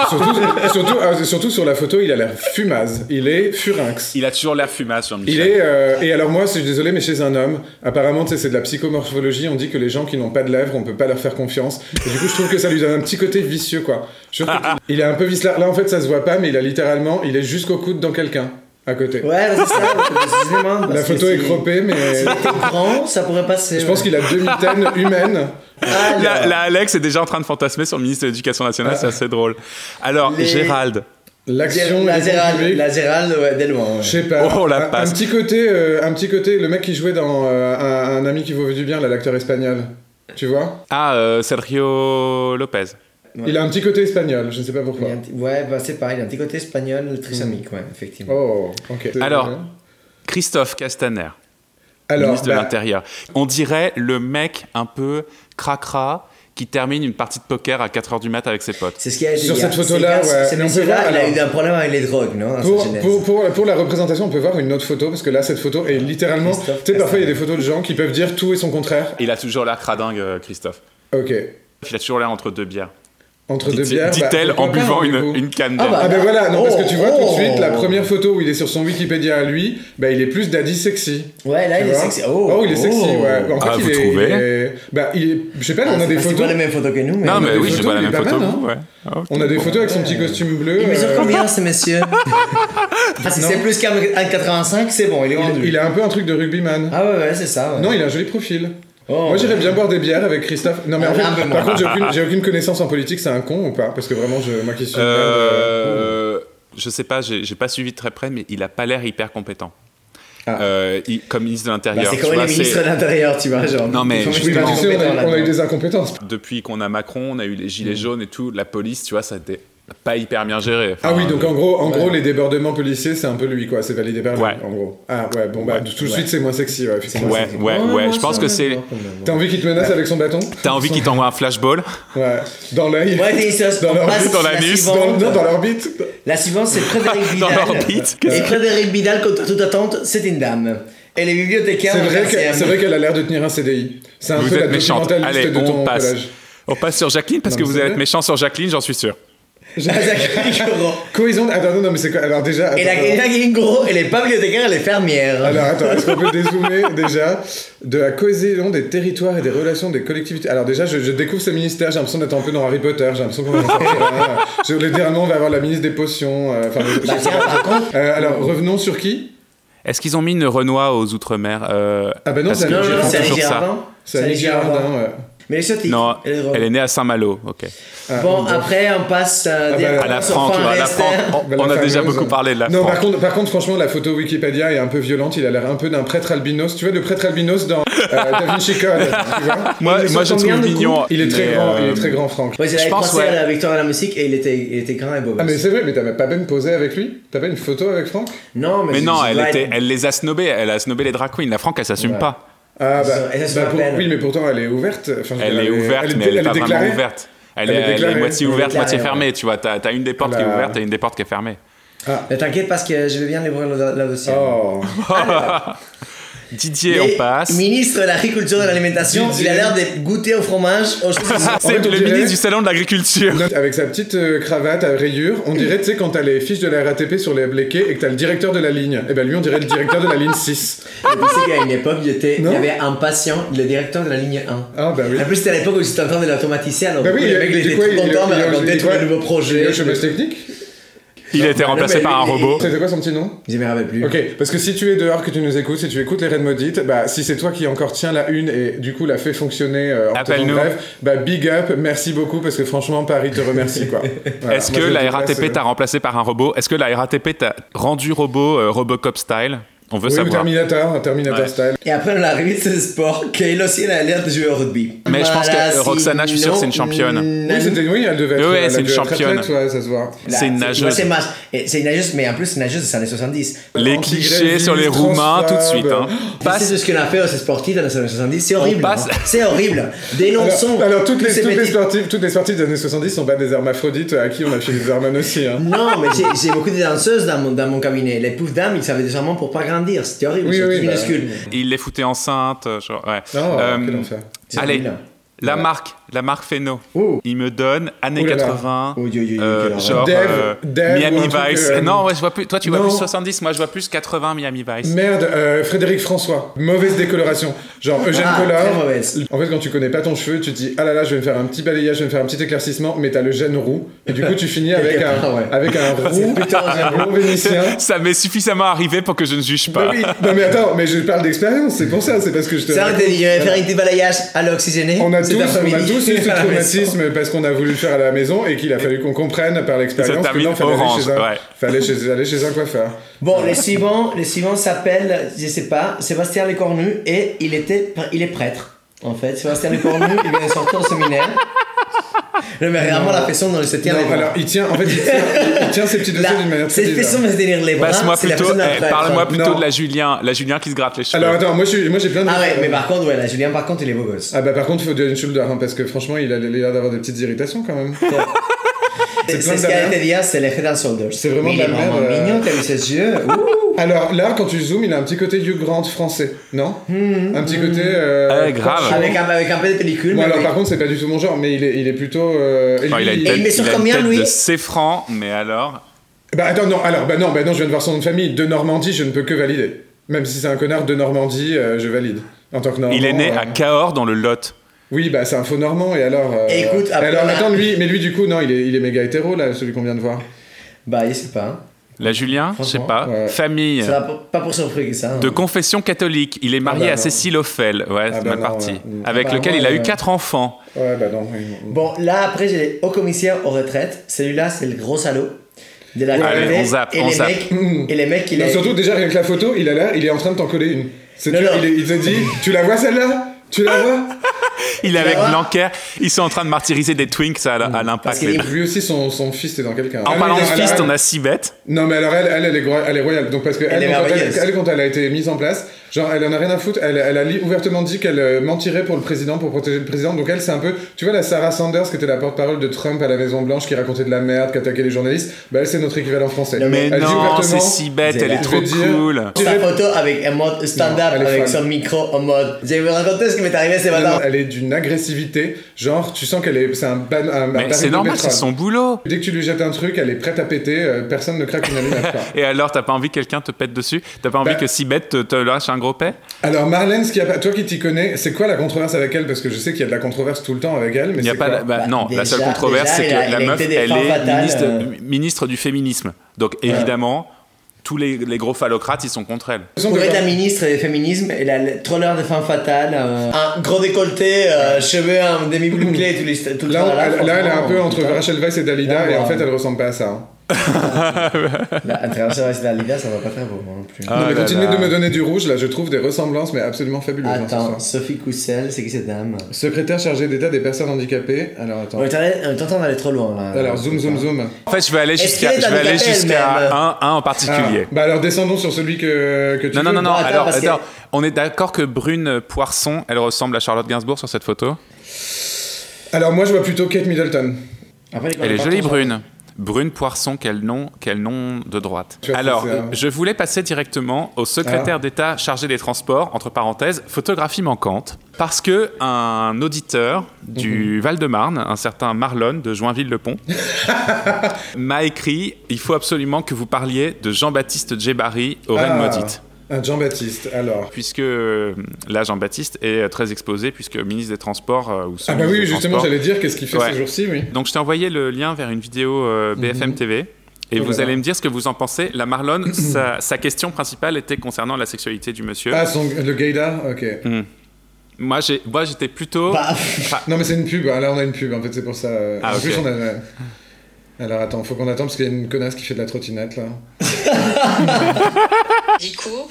S2: Surtout, surtout, ah, surtout sur la photo, il a l'air fumaze. Il est furinx.
S4: Il a toujours l'air fumasse, Jean-Michel.
S2: Il est. euh, et alors, moi, c'est- je suis désolé, mais chez un homme, apparemment, tu sais, c'est de la psychomorphologie. On dit que les gens qui n'ont pas de lèvres, on peut pas leur faire confiance. Et du coup, je trouve que ça lui donne un petit côté vicieux, quoi. Je trouve qu'il est un peu vicieux. Là, en fait, ça se voit pas, mais il a littéralement. Il est jusqu'au coude dans quelqu'un, à côté.
S3: Ouais, c'est ça, précisément.
S2: la photo est croppée, mais.
S3: Grand, ça pourrait passer. Ah,
S2: Je pense qu'il a deux mitaines humaines.
S3: Alors,
S4: Là, là, Alex est déjà en train de fantasmer sur le ministre de l'Éducation nationale,
S2: Ah.
S4: c'est assez drôle. Alors,
S3: Les-
S4: Gérald,
S2: L'action.
S3: la
S2: est
S3: Gérald,
S2: contribuée.
S3: la Gérald, ouais, dès loin. ouais.
S2: Je sais pas.
S4: Oh, la
S2: un,
S4: passe.
S2: un petit côté, euh, un petit côté, le mec qui jouait dans euh, un, un ami qui vous veut du bien, là, l'acteur espagnol. Tu vois
S4: ah, euh, Sergio Lopez.
S2: Il a un petit côté espagnol, je ne sais pas
S3: Il
S2: pourquoi.
S3: y a un petit- Ouais, bah, c'est pareil, il y a un petit côté espagnol
S2: Mm.
S3: trisomique, ouais, effectivement.
S2: Oh, ok.
S4: Alors, Christophe Castaner,
S2: Alors,
S4: ministre de
S2: bah,
S4: l'Intérieur. On dirait le mec un peu cracra qui termine une partie de poker à 4h du mat avec ses potes.
S3: C'est ce qui a été
S2: Sur
S3: dit,
S2: cette
S3: hein.
S2: photo-là,
S3: C'est-
S2: ouais.
S3: Ce
S2: Mais on peut
S3: monsieur-là,
S2: voir,
S3: il a
S2: alors.
S3: eu un problème avec les drogues, non dans sa
S2: pour,
S3: jeunesse.
S2: pour, pour, pour la représentation, on peut voir une autre photo, parce que là, cette photo est littéralement. Tu
S3: Christophe
S2: sais, parfois, il y a
S3: Castaner.
S2: des photos de gens qui peuvent dire tout et son contraire.
S4: Il a toujours l'air cradingue, euh, Christophe.
S2: Ok.
S4: Il a toujours l'air entre deux bières.
S2: Entre deux
S4: Dit-
S2: bières. bah,
S4: Dit-elle en
S2: pourquoi pas,
S4: buvant
S2: du
S4: une,
S2: coup
S4: une canne
S3: Ah
S4: d'elle.
S3: bah,
S2: Ah ben voilà, non, parce que tu vois tout
S3: Oh.
S2: de suite, la première photo où il est sur son Wikipédia à lui, bah, il est plus daddy sexy.
S3: Ouais, là,
S2: Tu
S3: il est
S2: vois
S3: sexy.
S2: Oh,
S3: Oh,
S2: il est sexy,
S3: oh.
S2: ouais. En fait,
S4: Ah, vous
S2: il est,
S4: trouvez
S2: il est- Bah, il est... Je sais pas,
S3: Ah,
S2: on a
S3: c'est
S2: des
S3: pas- c'est
S2: photos...
S3: pas la même photo que nous.
S4: non, mais
S2: des
S4: oui, j'ai
S2: photos,
S4: pas la
S2: il est
S4: même
S2: pas
S4: photo.
S2: mal, hein.
S4: vous, ouais. Ah, ok.
S2: On a des photos avec son petit costume bleu.
S3: Il mesure
S2: euh,
S3: combien, ce monsieur Ah, si
S2: Non.
S3: c'est plus qu'un 1,85, c'est bon, il est
S2: il,
S3: rendu.
S2: il a un peu un truc de rugbyman.
S3: Ah ouais, ouais, c'est ça. ouais.
S2: Non, il a un joli profil.
S3: Oh,
S2: Moi, j'irais bien boire des bières avec Christophe. Non, mais en
S3: Ah,
S2: fait,
S3: un peu moins.
S2: par contre, j'ai aucune, j'ai aucune connaissance en politique, c'est un con ou pas Parce que vraiment, je, moi qui suis. une merde, euh,
S4: Euh, je sais pas, j'ai j'ai pas suivi de très près, mais il a pas l'air hyper compétent.
S2: Ah.
S4: Euh, il- comme ministre de
S3: Bah,
S4: l'Intérieur.
S3: c'est
S4: tu
S3: comme
S4: vois,
S3: les ministres de l'intérieur, tu vois, genre.
S4: Non, mais
S3: Ils sont
S2: Oui, bah,
S4: justement.
S2: tu sais, on a,
S3: compétents
S2: on a eu
S3: là-dedans.
S2: des incompétences.
S4: Depuis qu'on a Macron, on a eu les
S2: Mm.
S4: gilets jaunes et tout, la police, tu vois, ça n'était pas hyper bien géré. Enfin,
S2: Ah oui, donc en gros, en
S3: Ouais.
S2: gros, les débordements policiers, c'est un peu lui, quoi. C'est validé par lui,
S4: Ouais.
S2: en gros. Ah ouais, bon, bah,
S4: Ouais.
S2: tout de
S3: Ouais.
S2: suite, c'est moins sexy, ouais,
S3: C'est
S2: effectivement.
S3: moi,
S4: Ouais,
S3: c'est-
S4: ouais, ouais, je
S3: ça,
S4: pense que c'est-
S3: d'accord, quand même.
S2: T'as envie qu'il te menace avec son bâton
S4: T'as envie qu'il t'envoie un flashball
S2: Ouais, dans l'œil.
S3: Ouais, Denisov,
S2: Dans
S3: on
S2: leur-
S3: passe
S4: dans
S3: la
S4: l'anus,
S2: Dans,
S3: suivante.
S2: non, dans l'orbite.
S3: La suivante, c'est Frédéric
S4: Dans
S3: Vidal.
S4: l'orbite,
S3: Et Frédéric Vidal, contre toute attente, c'est une dame. Et les bibliothécaires.
S2: C'est
S3: en
S2: vrai que-
S3: tertiaire.
S2: c'est vrai qu'elle a l'air de tenir un CDI. C'est un
S4: Vous
S2: peu la
S4: êtes méchante.
S2: documentaliste
S4: Allez,
S2: de ton
S4: on passe.
S2: collège.
S4: On passe sur Jacqueline parce
S2: Non,
S4: que
S2: mais
S4: vous
S2: c'est
S4: allez
S2: vrai.
S4: être méchant sur Jacqueline, j'en suis sûr.
S3: Ah, Zachary Corot.
S2: Cohésion. Attends, non, non, mais c'est quoi Alors déjà.
S3: Et la
S2: attends, Ah,
S3: et la Guéline Gros, elle est pas bibliothécaire, elle est fermière.
S2: alors attends, est-ce qu'on peut dézoomer déjà de la cohésion des territoires et des relations des collectivités Alors déjà, je, je découvre ce ministère, j'ai l'impression d'être un peu dans Harry Potter, j'ai l'impression qu'on va en sortir, hein. Je voulais dire, non, on va avoir la ministre des potions. euh, Enfin, je-
S3: Bah, tiens, par contre.
S2: Euh, alors revenons sur qui
S4: Est-ce qu'ils ont mis une Renoir aux Outre-mer euh,
S2: Ah bah non,
S4: parce
S2: c'est
S4: que
S2: Annick
S3: Non,
S4: je
S3: non, non,
S4: prends
S3: c'est Annick
S4: toujours ça.
S3: Girardin.
S2: C'est Annick Girardin, ouais.
S3: Mais les sautilles.
S4: Non,
S3: elle est
S4: elle est née à Saint-Malo, ok.
S2: Ah,
S3: Bon, après, on passe euh,
S2: bah,
S3: des-
S4: À la
S3: sur
S4: Franck,
S3: Franck
S4: à la
S3: Rester.
S4: Franck.
S2: Bah,
S4: On, on
S2: la
S4: a déjà
S2: fameuse.
S4: beaucoup parlé de la
S2: Non,
S4: Franck.
S2: par contre, par contre, franchement, la photo Wikipédia est un peu violente. Il a l'air un peu d'un prêtre albinos. Tu vois, le prêtre albinos dans euh, Da Vinci Code. tu vois
S4: Moi,
S3: Ils
S4: moi je
S3: sont
S4: le
S3: combien
S4: trouve
S3: de coups
S4: mignon.
S2: il est très
S4: mais,
S2: grand, il
S4: euh,
S2: est très grand, Franck.
S3: Ouais, c'est
S4: Je
S3: la
S4: pense,
S3: pense,
S4: ouais.
S3: à la victoire de la musique et il était, il était grand et beau.
S2: Ah mais
S3: gosse.
S2: c'est vrai, mais t'as pas même posé avec lui T'as pas une photo avec Franck
S3: Non, mais,
S4: Mais
S3: je-
S4: non,
S3: je
S4: elle,
S3: dois
S4: était,
S3: être-
S4: elle les a snobés, elle a snobé les drag queens. La Franck, elle s'assume
S3: Ouais.
S4: pas.
S2: Ah bah,
S3: Et ça, c'est
S2: bah,
S3: pas
S2: pour-
S3: peine.
S2: oui, mais pourtant elle est ouverte. Enfin, je veux
S4: Elle
S2: dire,
S4: est ouverte, mais elle est pas
S2: déclarée.
S4: vraiment ouverte. Elle,
S2: Elle est
S4: est, elle est
S2: déclarée.
S4: moitié
S3: Elle est
S4: ouverte, moitié
S3: déclarée,
S4: fermée, tu vois. T'as t'as une des portes qui est
S2: Là.
S4: ouverte et une des portes qui est fermée.
S3: Mais T'inquiète parce que je vais bien les brûler là dossier.
S2: Oh.
S4: Didier,
S3: Et
S4: on passe.
S3: Ministre de l'agriculture et de l'alimentation, il
S2: Didier.
S3: a l'air de goûter au fromage, aux choses.
S4: Ah, c'est
S2: fait, on
S4: le
S2: dirait-
S4: ministre du Salon de l'Agriculture.
S2: Note, Avec sa petite euh, cravate à rayures, on dirait, tu sais, quand t'as les fiches de la RATP sur les blequets et que t'as le directeur de la ligne, et ben lui on dirait le directeur de la ligne 6.
S3: Mais tu sais qu'à une époque, il, était- il
S2: Non.
S3: y avait un patient, le directeur de la ligne 1.
S2: Ah bah oui.
S3: En plus, c'était à l'époque où c'était en train de l'automatiser, alors
S2: Bah
S3: du
S2: oui,
S3: coup,
S2: il
S3: le
S2: a-
S3: mec
S2: du
S3: il était
S2: coup,
S3: tout
S2: il- il-
S3: content, mais
S2: il- il-
S3: racontait
S2: il-
S3: tous les
S2: il-
S3: nouveaux
S2: Il est
S3: projets.
S2: au chômage technique
S4: Il a été remplacé
S3: mais-
S4: par un
S3: mais-
S4: robot.
S2: C'était quoi son petit nom
S3: Je me rappelle plus.
S2: Ok, parce que si tu es dehors, que tu nous écoutes, si tu écoutes les Raids Maudites, bah, si c'est toi qui encore tiens la une et du coup la fait fonctionner euh, en faisant
S4: Appelle-nous.
S2: grève, bah big up, merci beaucoup parce que franchement Paris te remercie quoi. Voilà.
S4: Est-ce
S2: Moi,
S4: que
S2: je te
S4: la
S2: passe,
S4: RATP
S2: euh,
S4: t'a remplacé par un robot Est-ce que la RATP t'a rendu robot euh, Robocop style On veut
S2: Oui, ou
S4: savoir.
S2: Terminator, hein, Terminator
S4: Ouais.
S2: style.
S3: Et après, on arrive de ce sport, Kayla aussi, elle a l'air de jouer au rugby.
S4: Mais je pense que,
S3: Voilà,
S4: euh, Roxana, je suis sûr que c'est une
S3: sinon,
S4: championne.
S2: Oui, c'était oui, elle devait
S4: Oui,
S2: être, euh,
S4: ouais,
S2: elle a
S4: c'est une
S2: dû être
S4: championne.
S2: athlète, ouais, ça se voit.
S3: Là,
S4: C'est une
S3: tu vois,
S4: nageuse.
S3: C'est ma- et c'est une nageuse, mais en plus, une nageuse des années 70.
S4: Les
S2: Anti-grévistes,
S4: clichés sur les Roumains, tout de suite. hein.
S2: transphobes.
S4: Passe-
S3: C'est ce qu'on a fait aux sportifs dans les années 70, c'est horrible.
S4: passe-
S3: hein. C'est horrible. Dénonçons.
S2: Alors, alors, toutes, les,
S3: ces
S2: toutes, les
S3: petits-
S2: sportives, toutes les sportives des années 70 sont pas des hermaphrodites euh, à qui on a fait des hermanes aussi. Hein.
S3: Non, mais j'ai- j'ai beaucoup de danseuses dans mon, dans mon cabinet. Les pauvres dames, ils savaient des serments pour pas grandir. C'était horrible,
S2: Oui,
S3: c'est
S2: oui, bah,
S3: minuscule.
S4: Il les foutait enceintes. euh, genre, ouais.
S2: Non,
S4: Euh,
S2: quel enfer.
S3: C'est
S4: allez,
S3: horrible.
S4: la marque, la marque Feno.
S3: Oh.
S4: Il me donne années
S2: Oh là là.
S4: 80,
S3: Oh, yo, yo, yo,
S4: euh,
S3: quelle horreur.
S4: genre
S2: Dev,
S4: euh,
S2: Dev ou
S4: Miami
S2: un truc,
S4: Vice.
S2: euh,
S4: non, ouais, je vois plus. Toi, tu vois
S2: non.
S4: plus 70, moi je vois plus 80 Miami Vice.
S2: Merde, euh, Frédéric François, mauvaise décoloration. Genre Eugène
S3: Ah, très
S2: Collard.
S3: mauvaise.
S2: En fait, quand tu connais pas ton cheveu, tu te dis Ah là là, je vais me faire un petit balayage, je vais me faire un petit éclaircissement, mais t'as le gène roux. Et du coup, tu finis avec un,
S3: Ah ouais.
S2: avec un roux, un blond vénitien.
S4: Ça m'est suffisamment arrivé pour que je ne juge
S2: Bah
S4: pas.
S2: oui, non mais attends, mais je parle d'expérience, c'est pour ça, c'est parce que je te.
S3: Ça, je vais faire un petit balayage à l'oxygéné.
S2: On a, tous,
S3: cet
S2: on a
S3: après-midi,
S2: tous eu ce
S3: à la maison.
S2: traumatisme parce qu'on a voulu le faire à la maison et qu'il a fallu qu'on comprenne par l'expérience que
S4: termine
S2: non, fallait aller
S4: orange,
S2: chez un,
S4: ouais.
S2: fallait chez, aller chez un coiffeur.
S3: Bon, le suivant, le suivant s'appelle, je sais pas, Sébastien Lecornu et il était, il est prêtre. En fait, Sébastien Lecornu, il vient de sortir au séminaire. Non, mais vraiment la façon dont il se tient
S2: Non,
S3: les bras.
S2: alors il tient, en fait, il tient, il tient ses petits dossiers
S3: La-
S2: d'une manière très
S3: cette
S2: bizarre.
S3: façon de se tenir les bras,
S4: Passe-moi
S3: c'est la
S4: plutôt,
S3: façon d'un
S4: eh,
S3: prêtre.
S4: parle-moi plutôt
S2: Non.
S4: de la Julien, la Julien qui se gratte les cheveux.
S2: Alors attends, moi je suis- moi, j'ai plein de.
S3: Ah ouais, mais par contre, ouais, la Julien, par contre, il est beau gosse.
S2: Ah bah par contre, il faut du Alan Shoulder, hein, parce que franchement, il a l'air d'avoir des petites irritations quand même.
S3: C'est
S2: Ah, plein
S3: c'est
S2: de
S3: ce qu'elle
S2: la
S3: était dit, hein, c'est les Head and Shoulders.
S2: C'est vraiment
S3: Mais il
S2: de
S3: est
S2: la
S3: vraiment
S2: merde, euh.
S3: mignon, t'as vu ses yeux. Ouh.
S2: Alors là, quand tu zoomes, il a un petit côté Hugh Grant français, non
S3: Hmm.
S2: Un petit côté... Euh,
S4: Eh, grave.
S2: franchement.
S3: Avec un, avec un peu de pellicule.
S2: Bon
S3: mais
S2: alors
S3: avec-
S2: par contre, c'est pas du tout mon genre, mais il est, il est plutôt... euh, et
S4: Non,
S2: lui,
S4: Oh, il a une
S2: il-
S4: tête,
S3: met sur
S4: il a une
S3: combien,
S4: tête
S3: Louis
S4: de Céfran, mais alors
S2: Bah attends, non, alors, bah non, bah non, je viens de voir son nom de famille, de Normandie, je ne peux que valider. Même si c'est un connard de Normandie, euh, je valide. En tant que Normand...
S4: Il est né
S2: euh,
S4: à Cahors dans le Lot.
S2: Oui, bah c'est un faux Normand, et alors... euh,
S3: Et écoute,
S2: et
S3: après,
S2: alors
S3: on a-
S2: attends, lui, mais lui du coup, non, il est, il est méga hétéro, là, celui qu'on vient de voir.
S3: Bah, je sais pas. hein.
S4: La Julien, je sais
S3: Franchement,
S4: pas.
S2: ouais.
S4: Famille.
S3: Ça va pas- pas pour surprise que ça. hein.
S4: De confession catholique, il est marié
S2: bah
S4: à
S2: non.
S4: Cécile Ophel, ouais, c'est
S2: bah
S4: mal
S2: non,
S4: parti,
S2: ouais. Mm.
S4: avec
S3: Ah bah
S4: lequel
S3: ouais,
S4: il a eu
S3: ouais.
S4: quatre enfants.
S2: Ouais, bah non. oui.
S3: Bon, là après, j'ai les hauts commissaires aux retraites. Celui-là, c'est le gros salaud de la
S4: Allez,
S3: KGB.
S4: on zappe,
S3: et,
S4: on
S3: les
S4: zappe.
S3: mecs, et les mecs, il
S2: Non,
S3: est.
S2: surtout déjà rien que la photo, il a l'air, il est en train de t'en coller une. C'est
S3: Non,
S2: tu-
S3: non.
S2: Il, est- il te dit, tu la vois celle-là Tu la vois
S4: Il est avec
S3: va
S4: Blanquer, ils sont en train de martyriser des twinks à, la- à l'impact.
S3: Parce qu'il
S4: les
S3: est-
S4: deux.
S2: Lui aussi, son, son fils est dans quelqu'un. Ah,
S4: En
S2: mais
S4: parlant de
S2: non, elle-
S4: fils,
S2: elle-
S4: on a six bêtes.
S2: Non mais alors elle, elle, elle est, gro- elle est royale. Donc parce que elle,
S3: est
S2: quand, elle,
S3: merveilleuse.
S2: elle, quand elle a été mise en place, genre elle en a rien à foutre. Elle, elle a li- ouvertement dit qu'elle euh, mentirait pour le président, pour protéger le président. Donc elle, c'est un peu, tu vois la Sarah Sanders qui était la porte-parole de Trump à la Maison Blanche, qui racontait de la merde, qui attaquait les journalistes. Bah elle, c'est notre équivalent français.
S4: Mais
S2: elle dit
S4: non,
S2: ouvertement-
S4: c'est si bête,
S3: c'est
S4: elle est
S3: là.
S4: trop
S2: Je veux dire-
S4: cool.
S3: Sa photo avec un mode stand-up
S2: Non, elle est
S3: avec
S2: folle.
S3: son micro en mode. Je vais vous raconter ce qui m'est arrivé ce
S2: Non, non,
S3: matin.
S2: elle est d'une agressivité, genre tu sens qu'elle est, c'est un, ban, un- un
S4: Mais
S2: baril
S4: c'est
S2: de
S4: normal, c'est
S2: pétrole.
S4: son boulot.
S2: Dès que tu lui jettes un truc, elle est prête à péter, euh, personne ne craque une allumette. quoi.
S4: Et alors, t'as pas envie que quelqu'un te pète dessus T'as pas envie
S2: Bah-
S4: que si bête te, te lâche un gros paix
S2: Alors Marlène, ce qu'il y a pas- toi qui t'y connais, c'est quoi la controverse avec elle Parce que je sais qu'il y a de la controverse tout le temps avec elle, mais
S4: Il y a
S2: c'est
S4: pas
S2: quoi
S4: la- bah,
S3: Bah,
S4: non, la seule
S3: déjà-
S4: controverse,
S3: déjà,
S4: c'est que
S3: il a- il
S4: la
S3: a
S4: meuf,
S3: été des
S4: elle
S3: fins
S4: est
S3: fatales,
S4: ministre,
S3: euh.
S4: mi- ministre du féminisme. Donc évidemment, tous les, les gros phallocrates, ils sont contre elle.
S2: Ils sont
S3: Pour
S2: de-
S3: être la ministre des féminismes, elle a le troller de femme fatale, euh, un gros décolleté, euh, cheveux en demi-bouclé, tout le tout le
S2: Là, on-
S3: tralala,
S2: elle, là, elle est un
S3: franchement,
S2: peu entre Rachel Weisz et Dalida,
S3: Là,
S2: et en
S3: on-
S2: fait, elle ressemble pas à ça. hein.
S3: Là, à travers ça, Bah, c'est la Lida, ça va pas très beau moi, non plus.
S4: Ah
S2: non, mais
S4: là
S2: continuez
S4: là.
S2: de me donner du rouge, là, je trouve des ressemblances, mais absolument fabuleuses. hein, ce
S3: Attends,
S2: soir.
S3: Sophie Coussel, c'est qui cette dame
S2: Secrétaire chargée d'État des personnes handicapées. Alors, attends.
S3: On est en train- on euh, est en train d'aller trop loin là.
S2: Alors, zoom, zoom, zoom.
S4: En fait, je vais aller
S3: Est-ce
S4: jusqu'à
S3: qu'elle est
S4: je vais aller
S3: handicapée elle-même
S4: jusqu'à un, un en
S2: Ah,
S4: particulier.
S2: bah alors, descendons sur celui que, que tu
S4: Non, non,
S2: veux.
S4: non, non,
S3: Bon, attends,
S4: alors,
S3: parce
S4: attends,
S3: que-
S4: on est d'accord que Brune Poisson, elle ressemble à Charlotte Gainsbourg sur cette photo
S2: Alors, moi, je vois plutôt Kate Middleton.
S3: Après, les
S4: Elle est
S3: copains,
S4: jolie,
S3: franchement,
S4: Brune. Brune Poisson, quel nom, quel nom de droite.
S2: Tu vois,
S4: Alors,
S2: c'est un- Ah.
S4: je voulais passer directement au secrétaire d'État chargé des transports, entre parenthèses, photographie manquante, parce que un auditeur du
S2: Mhm.
S4: Val-de-Marne, un certain Marlon de Joinville-le-Pont, m'a écrit « Il faut absolument que vous parliez de Jean-Baptiste Djebari au Rennes Maudite.
S2: Ah, Un Jean-Baptiste, alors.
S4: puisque euh, là Jean-Baptiste est euh, très exposé puisque ministre des Transports euh, ou
S2: Ah, bah oui,
S4: sous-ministre des
S2: justement,
S4: Transports.
S2: j'allais dire qu'est-ce qu'il fait
S4: Ouais.
S2: ces jours-ci, oui.
S4: Donc je t'ai envoyé le lien vers une vidéo euh, BFM TV Et
S2: Oh
S4: vous
S2: là là.
S4: allez me dire ce que vous en pensez. La Marlon, sa, sa question principale était concernant la sexualité du monsieur.
S2: Ah, son, le gaydar Ok.
S4: Moi, j'ai, moi, j'étais plutôt.
S3: Bah,
S4: Enfin,
S2: Non, mais c'est une pub. Ah, Là, on a une pub, en fait, c'est pour ça. euh,
S4: Ah,
S2: en
S4: ok.
S2: plus, on a. ouais. Alors, attends, faut qu'on attende parce qu'il y a une connasse qui fait de la trottinette, là.
S1: Bah Dico.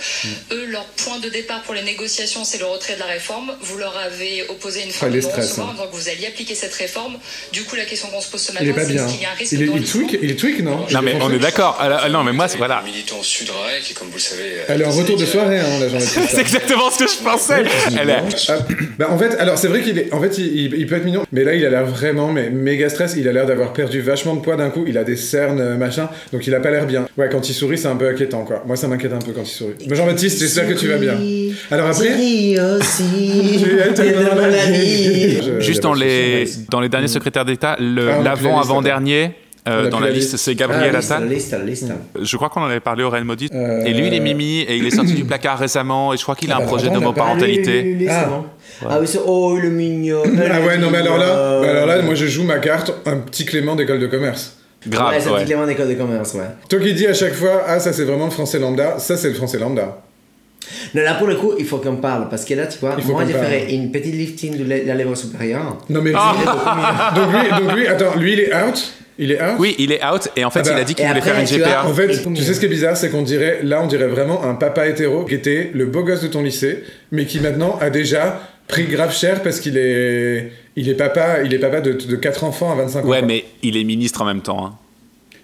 S1: Eux, leur point de départ pour les négociations, c'est le retrait de la réforme. Vous leur avez opposé une forme
S2: les
S1: de
S2: stress,
S1: non-recevoir,
S2: hein.
S1: donc vous alliez appliquer cette réforme. Du coup, la question qu'on se pose ce matin,
S2: Il est pas
S1: c'est
S2: bien.
S1: est-ce qu'il y a un risque
S2: Il, est,
S1: dans
S2: il
S1: le
S2: tweak, il tweak, non Il
S4: non, mais on
S2: français
S4: est d'accord. Alors, non, mais moi, c'est- voilà.
S6: Militant sudrail qui, comme vous le savez,
S2: Elle est en retour de soirée, hein, là, j'en ai
S4: C'est exactement ce que je pensais. Elle est-
S2: Hop. Bah, en fait, alors c'est vrai qu'il est, en fait, il, il- il peut être mignon, mais là, il a l'air vraiment, mais méga stress. Il a l'air d'avoir perdu vachement de poids d'un coup. Il a des cernes, euh, machin, donc il a pas l'air bien. Ouais, quand il sourit, c'est un peu inquiétant, quoi. Moi, ça m'inquiète un peu quand il sourit. Mais Jean-Baptiste, j'espère que tu vas bien. Alors
S3: J'ai
S2: après,
S3: ri aussi.
S2: tu es
S3: t'es
S2: dans la vie. Je-
S4: Juste dans
S2: j'avais
S4: les,
S2: cherché,
S4: dans les derniers secrétaires d'État, le-
S2: Ah, on a plus la
S4: l'avant
S2: liste,
S4: avant dernier
S2: On a
S4: dans
S2: plus
S4: la
S2: la
S4: liste,
S2: liste.
S4: c'est
S3: Ah,
S4: Gabriel
S3: la liste, la
S4: Attal.
S3: liste, la liste.
S4: Je crois qu'on en avait parlé au Reine Maudit.
S2: Euh,
S4: Et lui, il est mimi et il est sorti du placard récemment. Et je crois qu'il a
S2: Ah
S4: un
S2: bah,
S4: projet
S2: attends, on a pas-
S3: Ah, lui,
S4: d'homoparentalité.
S3: lui, lui, c'est
S2: Ah.
S3: bon. Ah oui, c'est- oh, le mignon.
S2: mais- Ah ouais, non, mais alors
S3: Euh,
S2: là, bah, alors là, moi, je joue ma carte, un petit Clément d'école de commerce.
S4: Grave,
S3: ouais, c'est
S4: ouais.
S3: un petit élément d'école de commerce, ouais.
S2: Toi qui dis à chaque fois, ah, ça c'est vraiment le français lambda, ça c'est le français lambda.
S3: Non, là, pour le coup, il faut qu'on parle. Parce que là, tu vois,
S2: Il faut
S3: moi,
S2: qu'on
S3: j'ai
S2: parle.
S3: fait une petite lifting de la, la lèvre supérieure.
S2: Non, mais
S4: Ah.
S2: donc, lui, donc lui, attends, lui, il est out Il est out
S4: Oui, il est out et en fait,
S2: Ah bah,
S4: il a dit qu'il
S3: et
S4: voulait
S3: après,
S4: faire une
S3: tu
S4: GPA.
S3: vois,
S2: En fait,
S3: Et-
S2: tu sais ce qui est bizarre, c'est qu'on dirait, là, on dirait vraiment un papa hétéro qui était le beau gosse de ton lycée, mais qui maintenant a déjà pris grave cher parce qu'il est, il est papa, il est papa de, de 4 enfants à 25 ans.
S4: Ouais,
S2: quoi.
S4: mais il est ministre en même temps. hein.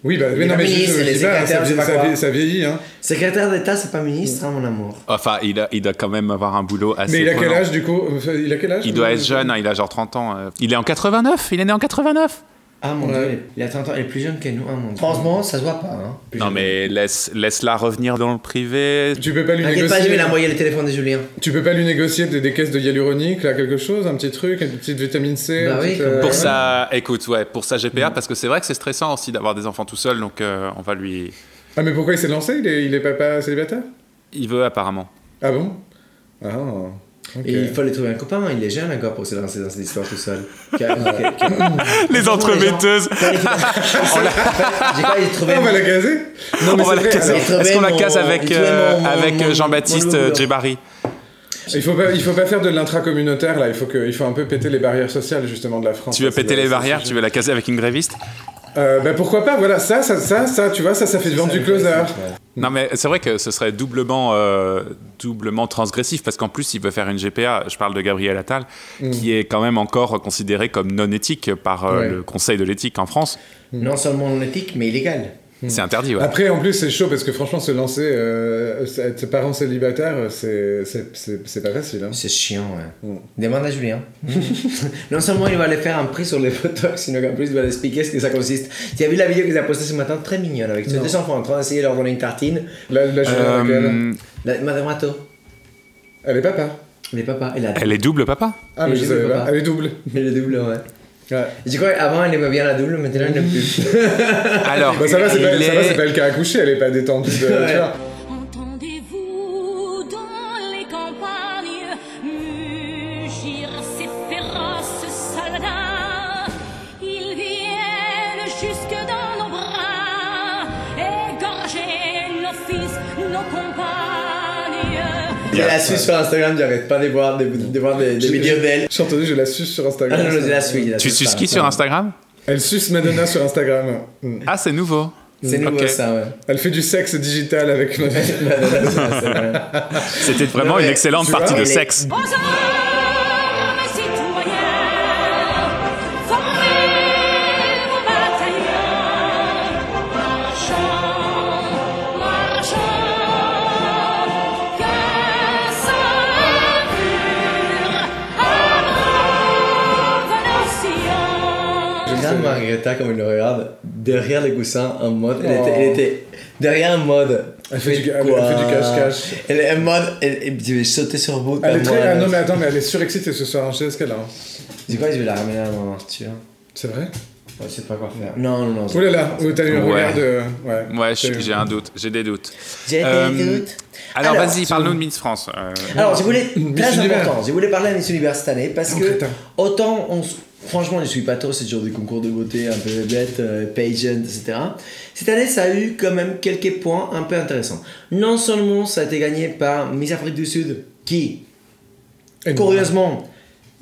S2: Oui, bah, mais
S3: est
S2: non, mais juste,
S3: ministre, il est
S2: je dis pas, hein, ça,
S3: secrétaire, je sais
S2: vie-
S3: pas
S2: ça
S3: quoi.
S2: vie- ça vieillit, hein.
S3: Secrétaire d'État, c'est pas ministre, hein, mon amour.
S4: Enfin, il, a- il doit quand même avoir un boulot assez.
S2: Mais il a quel
S4: prenant.
S2: âge, du coup Enfin, Il a quel âge
S4: hein Il doit être jeune, hein, il a genre 30 ans. euh. Il est en 89, il est né en 89.
S3: Ah mon
S2: Ouais.
S3: dieu, il a 30 ans, il est plus jeune que nous. Ah, mon dieu. Franchement, ça se voit pas. Hein.
S4: Non, mais laisse- laisse-la revenir dans le privé.
S2: Tu peux pas lui
S3: T'inquiète pas, je
S2: négocier
S3: vais l'envoyer le téléphone de Julien.
S2: Tu peux pas lui négocier des, des caisses de hyaluronique, là, quelque chose, un petit truc, une petite vitamine C euh,
S3: Bah
S2: une
S3: oui,
S2: petite,
S3: quand même.
S4: Pour
S2: ouais.
S4: ça, écoute, ouais, pour sa GPA, parce que c'est vrai que c'est stressant aussi d'avoir des enfants tout seul, donc euh, on va lui.
S2: Ah, mais pourquoi il s'est lancé il est, il est papa célibataire
S4: Il veut apparemment.
S2: Ah bon Ah, ok.
S3: Et il faut lui trouver un copain, il est jeune encore pour se lancer dans cette histoire tout seul. Qu'a- qu'a- qu'a-
S4: Les entremetteuses
S3: J'ai pas j'ai trouvé.
S2: Ah, on va la gazer Non,
S4: On
S2: mais
S4: va
S2: c'est
S4: la
S2: vrai,
S4: casser.
S2: alors,
S3: alors.
S4: Est-ce qu'on la
S3: Mon-
S4: casse avec,
S3: mon-
S4: euh,
S3: mon-
S4: avec
S3: mon-
S4: euh, Jean-Baptiste
S3: mon-
S4: euh,
S3: mon-
S4: Djebari
S2: Il faut pas, il faut pas faire de l'intracommunautaire là. Il faut que, il faut un peu péter les barrières sociales justement de la France.
S4: Tu veux
S2: Ça, c'est
S4: péter
S2: la-
S4: les
S2: c'est-
S4: barrières
S2: c'est-
S4: Tu veux la caser avec une gréviste
S2: Euh, ben pourquoi pas Voilà, ça, ça, ça, ça, tu vois, ça, ça fait du vent du closer.
S4: Non, mais c'est vrai que ce serait doublement, euh, doublement transgressif, parce qu'en plus, il veut faire une GPA. Je parle de Gabriel Attal, qui est quand même encore considéré comme non éthique par euh,
S2: Ouais.
S4: le Conseil de l'éthique en France.
S3: Non seulement non éthique, mais illégal.
S4: C'est interdit, ouais.
S2: Après, en plus, c'est chaud parce que franchement, se lancer, euh, être parent célibataire, c'est, c'est, c'est, c'est pas facile. Hein.
S3: C'est chiant, ouais.
S2: Mm.
S3: Demande à Julien. non seulement il va aller faire un prix sur les photos, sinon qu'en plus il va lui expliquer ce que ça consiste. Tu as vu la vidéo qu'il a postée ce matin, très mignonne, avec ses deux enfants en train d'essayer de leur donner une tartine.
S2: Là, là, je suis
S4: Euh,
S2: avec elle.
S3: La, Madame Rato,
S2: Elle est papa.
S3: les papas, elle a
S4: Elle est double papa
S2: Ah, mais
S3: Elle
S2: je
S3: est
S2: savais
S3: double,
S2: pas.
S3: papa.
S2: Elle est double.
S3: Elle est double, ouais.
S2: Ouais.
S3: Je crois qu'avant elle aimait bien la double, maintenant elle n'aime plus.
S4: Alors,
S2: Bah, ça va, c'est
S4: il
S2: pas, ça va,
S4: est-
S2: c'est pas le cas à coucher. Elle est pas détendue. De, tu
S3: Ouais.
S2: vois.
S5: Entendez-vous dans les campagnes mugir ces féroces soldats Ils viennent jusque dans nos bras, égorger nos fils, nos compagnes.
S3: Je la suis sur Instagram, j'arrête pas de voir des, de voir des, des vidéos d'elle.
S2: Je suis entendu, je la suce sur
S3: Ah
S2: Instagram.
S3: non, non, je la suis. je la
S4: Tu
S3: suis
S4: suces qui sur Instagram
S2: Elle suce Madonna sur Instagram. Mm.
S4: Ah, c'est nouveau.
S3: C'est nouveau
S4: Ok.
S3: ça, ouais.
S2: Elle fait du sexe digital avec Madonna.
S3: C'est vrai.
S4: C'était vraiment
S3: Non, mais
S4: une excellente
S3: tu
S4: partie
S3: vois,
S4: de
S3: elle est-
S4: sexe.
S5: Aux armes, citoyens, formez vos bataillons, marchons, marchons, que s'affure à
S3: Je regarde Margarita comme elle nous regarde derrière les coussins en mode. Elle, était, elle était derrière en mode.
S2: Oh. Elle fait du-
S3: faites
S2: elle- elle
S3: quoi
S2: fait du cache-cache.
S3: Elle est en mode. Elle, elle- je vais sauter sur vous.
S2: Elle est
S3: comme
S2: très.
S3: moi,
S2: Ah
S3: elle-
S2: non, mais attends, mais elle est surexcitée ce soir. hein, Je sais ce qu'elle a. hein.
S3: Dis quoi, je vais la ramener à mon Arthur.
S2: C'est vrai
S3: Je sais pas quoi faire. Non, non, non.
S2: Ouh là là, oh, t'as eu un
S4: Ouais.
S2: regard de. Ouais,
S4: Ouais,
S2: T'as eu-
S4: je- j'ai un doute, j'ai des doutes.
S3: J'ai des
S4: Euh,
S3: doutes.
S4: Alors,
S3: Alors, Ah,
S4: vas-y, parle-nous de Miss France. euh.
S3: Alors, je voulais.
S2: Miss
S3: Très
S2: Univers.
S3: important, je voulais parler à Miss Univers cette année parce
S2: Oh,
S3: que
S2: putain.
S3: autant on. s- Franchement, je suis pas trop, c'est toujours des concours de beauté un peu bêtes, euh, pageant, etc. Cette année, ça a eu quand même quelques points un peu intéressants. Non seulement ça a été gagné par Miss Afrique du Sud, qui,
S2: Et
S3: Curieusement,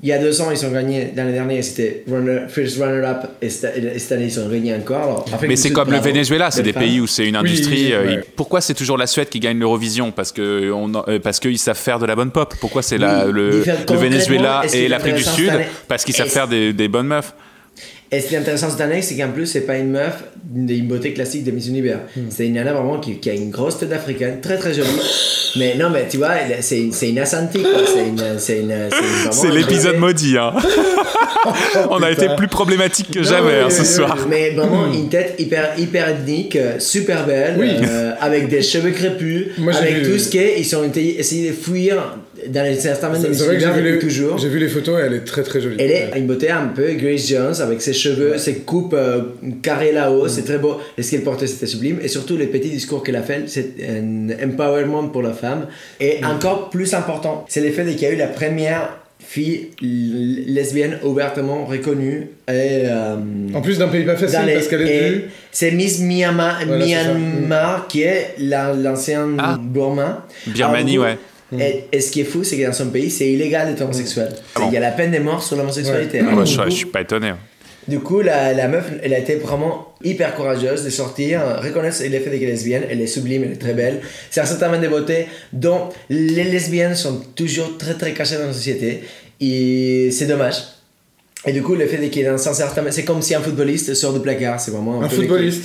S3: il y a deux ans, ils ont gagné. L'année dernière, c'était runner, first runner-up. Et, cette- et cette année, ils ont gagné encore. Alors, Afrique
S4: Mais
S3: du
S4: c'est
S3: Sud,
S4: comme le
S3: bravo.
S4: Venezuela, c'est des
S3: Belle femme.
S4: pays où c'est une
S2: Oui,
S4: industrie.
S2: oui,
S4: euh,
S2: ouais.
S4: ils- Pourquoi c'est toujours la Suède qui gagne l'Eurovision Parce que on en- euh, parce qu'ils savent faire de la bonne pop. Pourquoi c'est la-
S3: Oui, ils
S4: le,
S3: savent
S4: le
S3: concrètement,
S4: Venezuela
S3: est-ce qu'il
S4: et
S3: est
S4: l'Afrique du
S3: intéressant
S4: Sud
S3: cette année
S4: Parce qu'ils savent
S3: Est-ce-
S4: faire des, des bonnes meufs.
S3: Et ce qui est intéressant cette année, c'est qu'en plus, c'est pas une meuf d'une beauté classique de Miss Univers.
S2: Hmm.
S3: C'est une nana vraiment qui, qui a une grosse tête africaine, très très jolie. mais non, mais tu vois, elle- c'est une, c'est une Asante, quoi. C'est une. C'est une- c'est une- vraiment
S4: C'est
S3: un
S4: l'épisode
S3: bébé.
S4: maudit. hein. on a été plus problématique que jamais
S2: mais-
S4: hein, ce soir.
S3: Mais vraiment
S4: Hmm.
S3: une tête hyper hyper ethnique, euh, super belle,
S2: Oui.
S3: euh, avec des cheveux crépus,
S2: Moi, j'ai
S3: avec
S2: vu-
S3: tout ce qu'est. Ils ont été- essayé de fuir dans les instruments de
S2: C'est
S3: Miss
S2: c'est vrai que j'ai
S3: Univers
S2: vu,
S3: depuis
S2: les...
S3: toujours.
S2: j'ai vu les photos et elle est très très jolie.
S3: Elle est une beauté un peu Grace Jones avec ses cheveux, ses coupes euh, carrées là-haut, c'est très beau. Et ce qu'elle portait, c'était sublime. Et surtout, les petits discours qu'elle a fait, c'est un empowerment pour la femme. Et encore plus important, c'est l'effet qu'il y a eu la première fille l- lesbienne ouvertement reconnue. Et, euh,
S2: En plus d'un pays pas facile
S3: dans les-
S2: parce qu'elle
S3: et
S2: est du.
S3: C'est Miss Myanmar,
S2: Voilà, c'est ça. Mm.
S3: Myanmar qui est la- l'ancien
S4: Ah.
S3: Burma.
S4: Birmanie,
S3: Alors,
S4: ouais.
S3: Et, et ce qui est fou, c'est que dans son pays, c'est illégal d'être homosexuel.
S4: Ah bon
S3: Il y a la peine de mort sur l'homosexualité.
S4: Ah bah,
S3: Du
S4: je,
S3: coup-
S4: je suis pas étonné.
S3: du coup, la, la meuf, elle a été vraiment hyper courageuse de sortir, euh, reconnaître l'effet qu'elle est lesbienne, elle est sublime, elle est très belle. C'est un certain de beauté dont les lesbiennes sont toujours très très cachées dans la société. Et c'est dommage. Et du coup, le fait qu'il est dans un certain... C'est comme si un footballiste sort du placard, c'est vraiment...
S2: Un
S3: peu l'équipe-
S2: footballiste.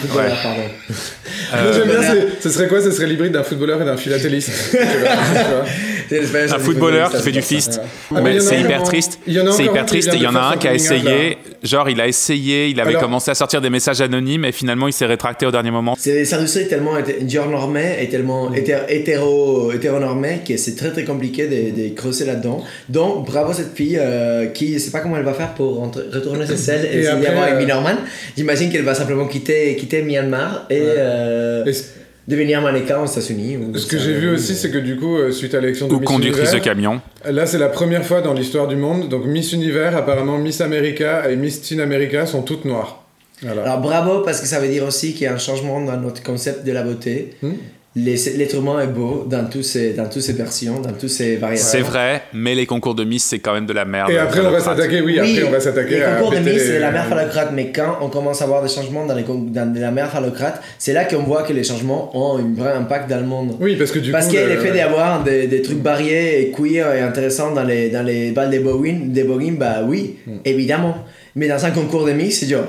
S3: Footballeur,
S4: Ouais.
S3: pardon.
S4: Euh,
S2: Moi, j'aime bien,
S3: voilà.
S2: c'est- ce serait quoi Ce serait l'hybride d'un footballeur et d'un philatéliste. Tu vois, tu vois.
S3: C'est l'espagnol,
S4: Un
S3: c'est
S4: footballeur
S3: ça,
S4: qui fait du
S3: c'est ça.
S4: fist.
S2: Ouais.
S4: Ah, Mais
S2: Il y en a
S4: c'est
S2: un
S4: hyper
S2: qui-
S4: triste.
S2: il y en a
S4: C'est
S2: encore
S4: hyper
S2: un qui
S4: triste.
S2: vient
S4: Il y
S2: de
S4: en a
S2: faire
S4: un
S2: son
S4: qui a
S2: coming out,
S4: essayé. Genre, il a essayé. Il avait
S2: Alors-
S4: commencé à sortir des messages anonymes et finalement, il s'est rétracté au dernier moment.
S3: C'est des industries tellement hété- durnormées et
S2: Mm.
S3: tellement hété- hétéro, hétéronormées que c'est très très compliqué de, de creuser là-dedans. Donc bravo cette fille euh, qui, je sais pas comment elle va faire pour rentrer- retourner ses selles
S2: Et
S3: et, s'y
S2: après,
S3: avoir avec
S2: euh,
S3: Norman. J'imagine qu'elle va simplement quitter, quitter Myanmar et euh,
S2: Et ce-
S3: devenir mannequin aux États-Unis. ou
S2: ce que
S3: ça,
S2: j'ai vu
S3: euh,
S2: aussi, c'est que du coup, euh, suite à l'élection de
S4: Ou
S2: Miss
S4: conductrice de
S2: Univers,
S4: camion.
S2: Là, c'est la première fois dans l'histoire du monde. Donc, Miss Univers, apparemment Miss America et Miss Teen America sont toutes noires. Voilà.
S3: Alors bravo parce que ça veut dire aussi qu'il y a un changement dans notre concept de la beauté.
S2: Hmm.
S3: Les- L'être humain est beau dans tous ses, dans tous ses versions, dans tous ses variations.
S4: C'est vrai, mais les concours de Miss, c'est quand même de la merde.
S2: et après, on va s'attaquer, oui, après, on va s'attaquer
S3: Les
S2: à.
S3: concours de
S2: péter
S3: Miss,
S2: les-
S3: c'est la mère phallocrate, mais quand on commence à voir des changements dans, les con- dans la mère phallocrate, c'est là qu'on voit que les changements ont un vrai impact dans le monde.
S2: Oui, parce que du
S3: Parce
S2: coup. euh,
S3: qu'il y a
S2: le-
S3: l'effet d'avoir des, des trucs barriers et queer et intéressants dans les, dans les balles des bowling, des bowling, bah oui,
S2: Hmm.
S3: évidemment. Mais dans un concours de Miss, c'est genre,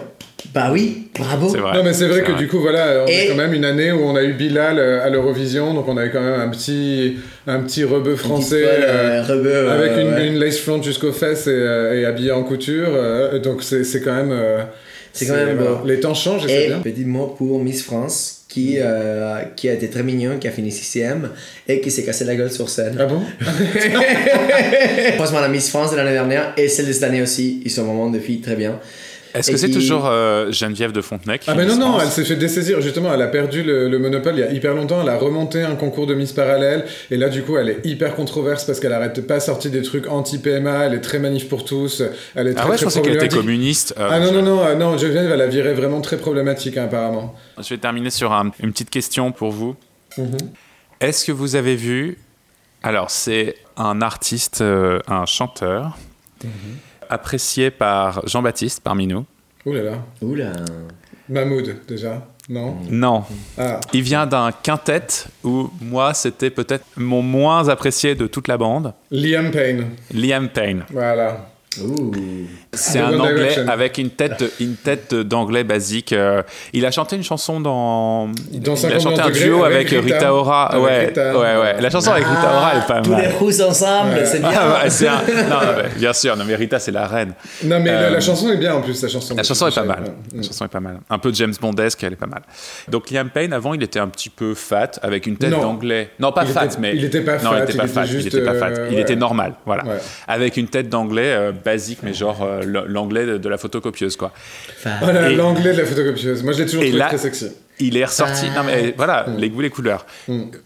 S3: bah oui, bravo.
S4: C'est vrai.
S2: non mais c'est vrai que du coup voilà on
S3: Et-
S2: a quand même une année où on a eu Bilal euh, à l'Eurovision donc on avait quand même un petit un petit rebeu français
S3: Petite folle,
S2: euh,
S3: euh, rebeu,
S2: avec
S3: euh,
S2: une,
S3: ouais.
S2: une lace front jusqu'aux fesses et, euh, et habillé en couture euh, donc c'est c'est quand même euh,
S3: C'est quand même beau.
S2: les temps changent et c'est
S3: Et
S2: bien
S3: petit mot pour Miss France, qui, euh, qui a été très mignon, qui a fini 6ème et qui s'est cassé la gueule sur scène.
S2: ah bon
S3: Franchement, la Miss France de l'année dernière et celle de cette année aussi, ils sont vraiment des filles très bien.
S4: Est-ce que
S3: Et
S4: c'est
S3: qui-
S4: toujours euh, Geneviève de Fontenay qui
S2: Ah ben non,
S4: se
S2: non,
S4: lance
S2: elle s'est fait dessaisir, justement, elle a perdu le, le monopole il y a hyper longtemps, elle a remonté un concours de Miss Parallèle, et là du coup elle est hyper controverse parce qu'elle arrête pas sorti des trucs anti-PMA, elle est très manif pour tous, elle est très
S4: Ah ouais, je
S2: très
S4: pensais qu'elle était
S2: problématique.
S4: communiste. Euh,
S2: Ah non, non, non, euh, non, Geneviève, elle a viré vraiment très problématique hein, apparemment.
S4: Je vais terminer sur un- une petite question pour vous. Mhm. Est-ce que vous avez vu. Alors, c'est un artiste, euh, un chanteur,
S2: Mhm.
S4: apprécié par Jean-Baptiste parmi nous.
S2: Ouh là là.
S3: Oula.
S2: Mahmoud, déjà, non
S4: Non.
S2: Ah,
S4: Il vient d'un quintet où moi, c'était peut-être mon moins apprécié de toute la bande,
S2: Liam Payne,
S4: Liam Payne.
S2: voilà.
S3: Ouh.
S4: C'est
S2: The
S4: un
S2: One
S4: anglais
S2: Direction.
S4: avec une tête, de- une tête d'anglais basique. euh, il a chanté une chanson dans.
S2: Dans
S4: il a
S2: 50
S4: chanté un
S2: degrés
S4: duo avec,
S2: avec
S4: Rita,
S2: Rita.
S4: Ora.
S2: Avec
S4: ouais,
S2: Rita.
S4: ouais, ouais. La chanson avec Rita Ora est pas
S3: Ah, tous les
S4: mal.
S3: rousses ensemble,
S2: Ouais.
S3: c'est bien.
S4: Ah, bah, c'est un- non, non, mais bien sûr, non, mais Rita, c'est la reine.
S2: Non mais la,
S4: Euh,
S2: la chanson est bien en plus, la chanson.
S4: La chanson est pas
S2: Ouais.
S4: mal. La chanson est pas mal. Un peu James Bondesque, elle est pas mal. Donc Liam Payne, avant, il était un petit peu fat, avec une tête
S2: Non.
S4: d'anglais. Non, pas
S2: Il
S4: fat,
S2: était-
S4: mais
S2: il était pas
S4: non,
S2: fat,
S4: il était pas
S2: il
S4: fat.
S2: était
S4: il
S2: juste,
S4: était pas fat.
S2: euh,
S4: Il
S2: ouais.
S4: était normal, voilà.
S2: Ouais.
S4: Avec une tête d'anglais euh, basique, mais genre euh, euh, le- l'anglais de, de la photocopieuse, quoi.
S2: Oh là,
S4: Et-
S2: L'anglais de la photocopieuse. Moi, je l'ai toujours
S4: Et
S2: trouvé
S4: là-
S2: très sexy.
S4: Il est ressorti.
S3: Ah.
S4: Non, mais voilà,
S2: Mm.
S4: les goûts, les couleurs.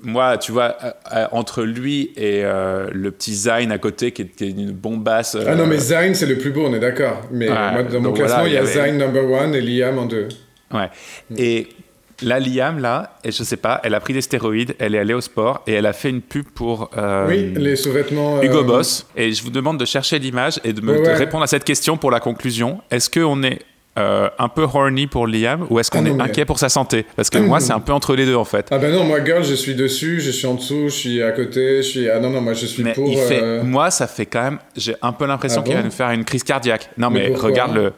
S4: Moi, tu vois, euh, euh, entre lui et euh, le petit Zine à côté, qui est, qui est une bombasse. euh,
S2: Ah non, mais Zayn, c'est le plus beau, on est d'accord. Mais
S4: Ouais,
S2: moi, dans mon
S4: donc
S2: classement,
S4: voilà,
S2: il y a
S4: il y avait- Euh,
S2: Zayn number one et Liam en deux.
S4: Ouais. Et là, Liam, là, et je sais pas, elle a pris des stéroïdes, elle est allée au sport et elle a fait une pub pour euh,
S2: oui, les sous-vêtements.
S4: Hugo
S2: euh,
S4: Boss. Et je vous demande de chercher l'image et de me
S2: Ouais,
S4: de
S2: ouais.
S4: répondre à cette question pour la conclusion. Est-ce qu'on est euh, un peu horny pour Liam ou est-ce qu'on
S2: Ah
S4: est
S2: non, mais-
S4: inquiet pour sa santé Parce que moi, c'est un peu entre les deux en fait.
S2: Ah ben non, moi, girl, je suis dessus, je suis en dessous, je suis à côté, je suis. Ah non, non, moi, je suis
S4: Mais
S2: pour.
S4: il fait,
S2: euh,
S4: moi, ça fait quand même, j'ai un peu l'impression
S2: Ah
S4: qu'il va
S2: bon
S4: nous faire une crise cardiaque. Non,
S2: Mais
S4: mais,
S2: pourquoi
S4: regarde le.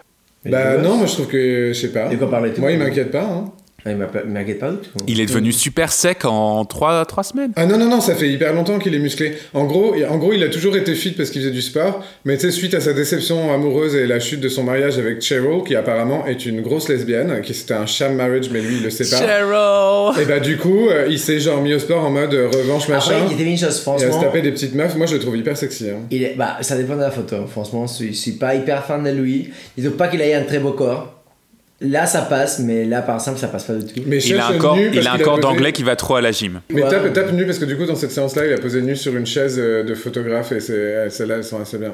S2: Bah non, moi, je trouve que. Je sais pas.
S3: De quoi parle-t-il
S2: Moi, il m'inquiète pas. Hein.
S3: Ah, Il m'a pas- il m'inquiète pas du tout.
S4: Il est devenu super sec en trois, trois semaines.
S2: Ah non, non, non, ça fait hyper longtemps qu'il est musclé. En gros, il- en gros, il a toujours été fit parce qu'il faisait du sport, mais tu sais, suite à sa déception amoureuse et la chute de son mariage avec Cheryl, qui apparemment est une grosse lesbienne, qui c'était un sham marriage, mais lui, il le sait pas.
S4: Cheryl
S2: Et bah, du coup, euh, il s'est genre mis au sport en mode euh, revanche
S3: Après,
S2: machin.
S3: il était une chose,
S2: et à se
S3: franchement.
S2: taper des petites meufs, moi je le trouve hyper sexy. hein.
S3: Il est- bah, ça dépend de la photo. Franchement, je suis, je suis pas hyper fan de lui. Il trouve pas qu'il ait un très beau corps. Là, ça passe, mais là, par exemple, ça passe pas du tout.
S2: Mais
S4: Il a
S2: cherche
S4: un corps,
S2: nu parce
S4: il a un
S2: qu'il
S4: corps
S2: posé-
S4: d'anglais qui va trop à la gym.
S2: Mais
S3: Ouais.
S2: tape, tape nu parce que du coup, dans cette séance là, il a posé nu sur une chaise euh, de photographe et c'est- euh, celles-là elles sont assez bien.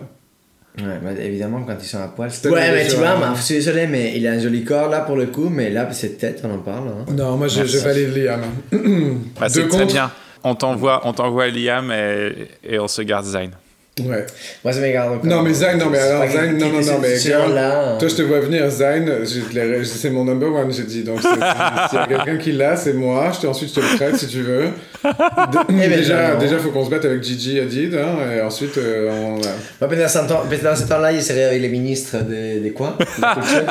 S3: Ouais, bah, évidemment, quand ils sont à poil.
S2: C'est
S3: Ouais,
S2: tellement
S3: mais tu vois,
S2: désolant.
S3: bah, je suis désolé, mais il a un joli corps là pour le coup, mais là, cette tête, on en parle. hein.
S2: Non, moi je, je valide Liam.
S4: Bah, c'est
S2: Deux
S4: très
S2: contre.
S4: bien. On t'envoie, on t'envoie Liam et, et on se garde Zayn.
S2: Ouais.
S3: Moi, ça m'égarde.
S2: Non mais Zayn, non mais alors Zayn, non non non mais Girl,
S3: là, hein.
S2: toi je te vois venir Zayn, je te l'ai- c'est mon number one j'ai dit donc c'est- s'il y a quelqu'un qui l'a c'est moi, je te, ensuite je te le prête si tu veux. De-
S3: Eh ben,
S2: déjà
S3: non.
S2: déjà faut qu'on se batte avec Gigi Hadid hein, et ensuite euh, on ouais.
S3: Moi, pendant ce temps- pendant ce temps-là, il serait avec les ministres de, de quoi De la culture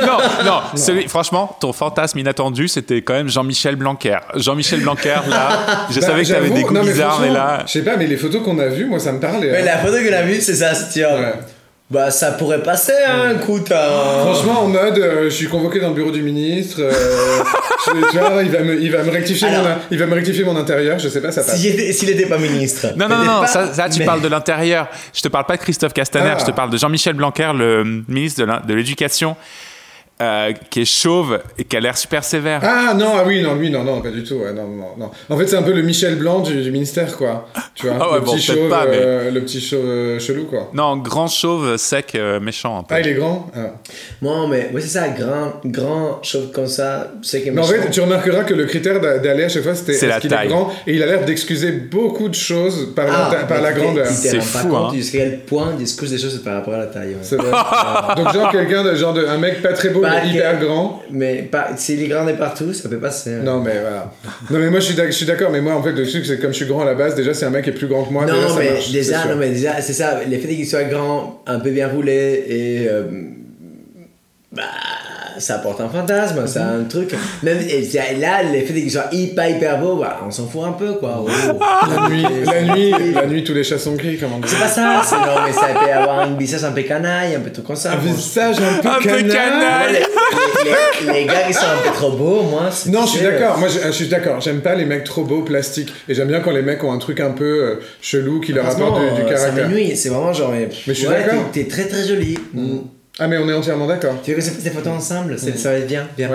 S4: non, non, celui- franchement, ton fantasme inattendu, c'était quand même Jean-Michel Blanquer. Jean-Michel Blanquer, là, je
S2: Bah,
S4: savais que t'avais
S2: j'avoue,
S4: des goûts
S2: non, mais
S4: bizarres, mais
S2: franchement,
S4: là.
S2: je sais pas mais les photos qu'on a vues moi ça me parlait.
S3: Mais
S2: hein.
S3: la photo que a vue, c'est ça, c'est tiens.
S2: Ouais.
S3: Bah, ça pourrait passer, hein, écoute. hein.
S2: Franchement, en mode, euh, je suis convoqué dans le bureau du ministre. euh, je- tu vois, il va me, il va me rectifier,
S3: Alors-
S2: mon, in- il va me rectifier mon intérieur. Je sais pas, ça passe.
S3: S'il était, s'il était pas ministre.
S4: Non, non,
S3: Peut-être
S4: non,
S3: pas,
S4: ça, ça, tu
S3: mais-
S4: parles de l'intérieur. Je te parle pas de Christophe Castaner,
S2: Ah.
S4: je te parle de Jean-Michel Blanquer, le euh, ministre de l'in- de l'Éducation, euh, qui est chauve et qui a l'air super sévère.
S2: Ah non, ah oui, non, lui, non, non, pas du tout. ouais, non, non, non. En fait, c'est un peu le Michel Blanc du, du ministère, quoi. Tu vois,
S4: Ah ouais,
S2: le,
S4: bon,
S2: petit
S4: peut-être
S2: chauve,
S4: pas, mais-
S2: euh, le petit chauve euh, chelou, quoi.
S4: Non, grand chauve, sec, euh, méchant un peu.
S2: Ah, il est grand Ah.
S3: Non, mais ouais, c'est ça, grand, grand, chauve comme ça, c'est que
S2: Mais en fait, tu remarqueras que le critère d'a- d'aller à chaque fois, c'était
S4: C'est la
S2: est-ce qu'il est
S4: taille.
S2: grand Et il a l'air d'excuser beaucoup de choses par,
S3: Ah,
S2: la, ta- par la grandeur.
S4: C'est fou, hein.
S3: Jusqu'à quel point il discute des choses par rapport à la taille. ouais.
S2: C'est vrai. Donc, genre, quelqu'un, de- genre, de, un mec pas très beau,
S3: Pas
S2: mais
S3: que-
S2: hyper grand.
S3: Mais pas, s'il est grand de partout, ça peut passer. hein. ouais.
S2: Non mais voilà. Non mais moi je suis d'ac- je suis d'accord, mais moi en fait le truc c'est que comme je suis grand à la base, déjà c'est un mec qui est plus grand que moi.
S3: Non,
S2: déjà, ça
S3: mais
S2: marche, c'est
S3: déjà,
S2: sûr.
S3: non, mais déjà, c'est ça, le fait qu'il soit grand, un peu bien roulé et. euh, bah, ça apporte un fantasme, c'est
S2: Mhm.
S3: un truc. Même et c'est- là, le fait qu'il soit hyper, hyper beau, bah, on s'en fout un peu, quoi. Oh.
S2: La nuit, la nuit, la nuit tous les chats sont gris comme on dit.
S3: C'est pas ça, c'est non, mais ça peut avoir un visage un peu canaille, un peu tout comme ça.
S2: Un
S3: moi.
S2: visage un peu
S4: Un peu
S2: canard.
S4: canard.
S3: Les, les- les gars qui sont un peu trop beaux, moi. c'est-
S2: Non, je suis
S3: c'est-
S2: d'accord. Moi, je, euh, je suis d'accord. J'aime pas les mecs trop beaux, plastiques. Et j'aime bien quand les mecs ont un truc un peu euh, chelou qui leur
S3: Franchement,
S2: apporte du, du
S3: euh, Ça
S2: caractère.
S3: m'ennuie, c'est vraiment genre. Mais
S2: je suis
S3: ouais,
S2: d'accord.
S3: T'es t'es très très jolie.
S2: Ah, mais on est entièrement d'accord.
S3: Tu veux que ça fasse des photos ensemble c'est- Ça va être bien. bien.
S2: Mm.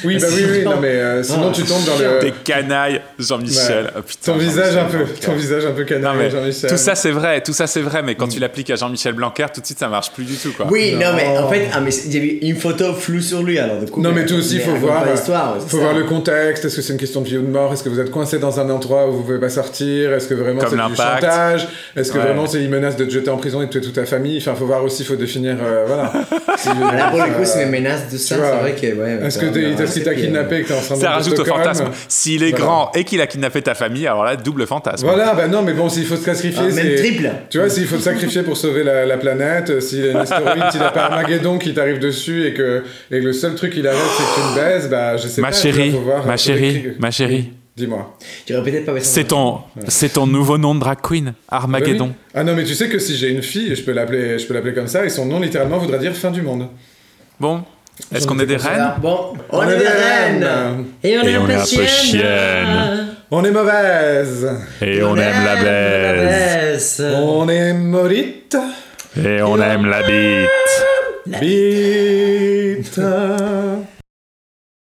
S2: Ouais. Oui, bah oui, oui. Non, mais euh, sinon
S3: Ah,
S2: tu tombes dans
S4: Des
S2: le.
S4: canailles, Jean-Michel.
S2: Ouais.
S4: Ah, putain,
S2: Ton visage
S4: Jean-Michel
S2: un peu,
S4: Blanquer.
S2: ton visage un peu
S4: Non,
S2: canard,
S4: mais
S2: Jean-Michel.
S4: tout ça c'est vrai, tout ça c'est vrai, mais quand tu l'appliques à Jean-Michel Blanquer, tout de suite ça marche plus du tout quoi.
S3: Oui, non,
S2: Ah, Non.
S3: mais en fait, ah, mais j'ai vu une photo floue sur lui alors. Du coup,
S2: Non, mais toi aussi, il faut
S3: raconte
S2: voir, euh,
S3: pas l'histoire, ouais, c'est
S2: faut
S3: ça.
S2: voir le contexte. Est-ce que c'est une question de vie ou de mort Est-ce que vous êtes coincé dans un endroit où vous pouvez pas sortir Est-ce que vraiment
S4: Comme
S2: c'est du
S4: l'impact.
S2: chantage Est-ce que
S4: Ouais.
S2: vraiment c'est une menace de te jeter en prison et de tuer toute ta famille Enfin, faut voir aussi, faut définir. euh, voilà. Si-
S3: Ah, Là, pour le coup,
S2: euh,
S3: c'est mes menaces, tout ça.
S2: tu
S3: C'est
S2: vois.
S3: vrai que, ouais.
S2: Est-ce que
S3: ouais,
S2: t'es-
S3: ouais,
S2: est-ce qu'il t'a
S3: c'est- euh,
S2: kidnappé et que t'es en train de monter
S4: Ça rajoute au
S2: Stockholm
S4: fantasme. S'il est
S2: Voilà.
S4: grand et qu'il a kidnappé ta famille, alors là, double fantasme.
S2: Voilà, bah non, mais bon, s'il faut se sacrifier.
S3: Ah, même
S2: c'est-
S3: triple.
S2: Tu vois, s'il faut se sacrifier pour sauver la, la planète, euh, s'il y a une astéroïde, s'il n'y a pas Armageddon qui t'arrive dessus et que, et que le seul truc qu'il arrête, c'est que tu le baises, bah je sais
S4: Ma
S2: pas. tu
S4: chérie,
S2: vois, faut voir,
S4: ma
S2: euh,
S4: chérie, ma chérie,
S2: Dis-moi.
S3: J'aurais peut-être pas fait ça.
S4: c'est ton, c'est ton nouveau nom de drag queen, Armageddon.
S2: Bah oui. Ah non, mais tu sais que si j'ai une fille, je peux l'appeler, je peux l'appeler comme ça, et son nom littéralement voudra dire fin du monde.
S4: Bon, est-ce qu'on est des reines
S3: Alors, Bon, on est des reines. Et on est un peu chienne.
S2: On est mauvaise,
S4: Et
S3: baisse.
S2: on est maudite,
S4: Et on aime la bite.
S3: La
S2: Vita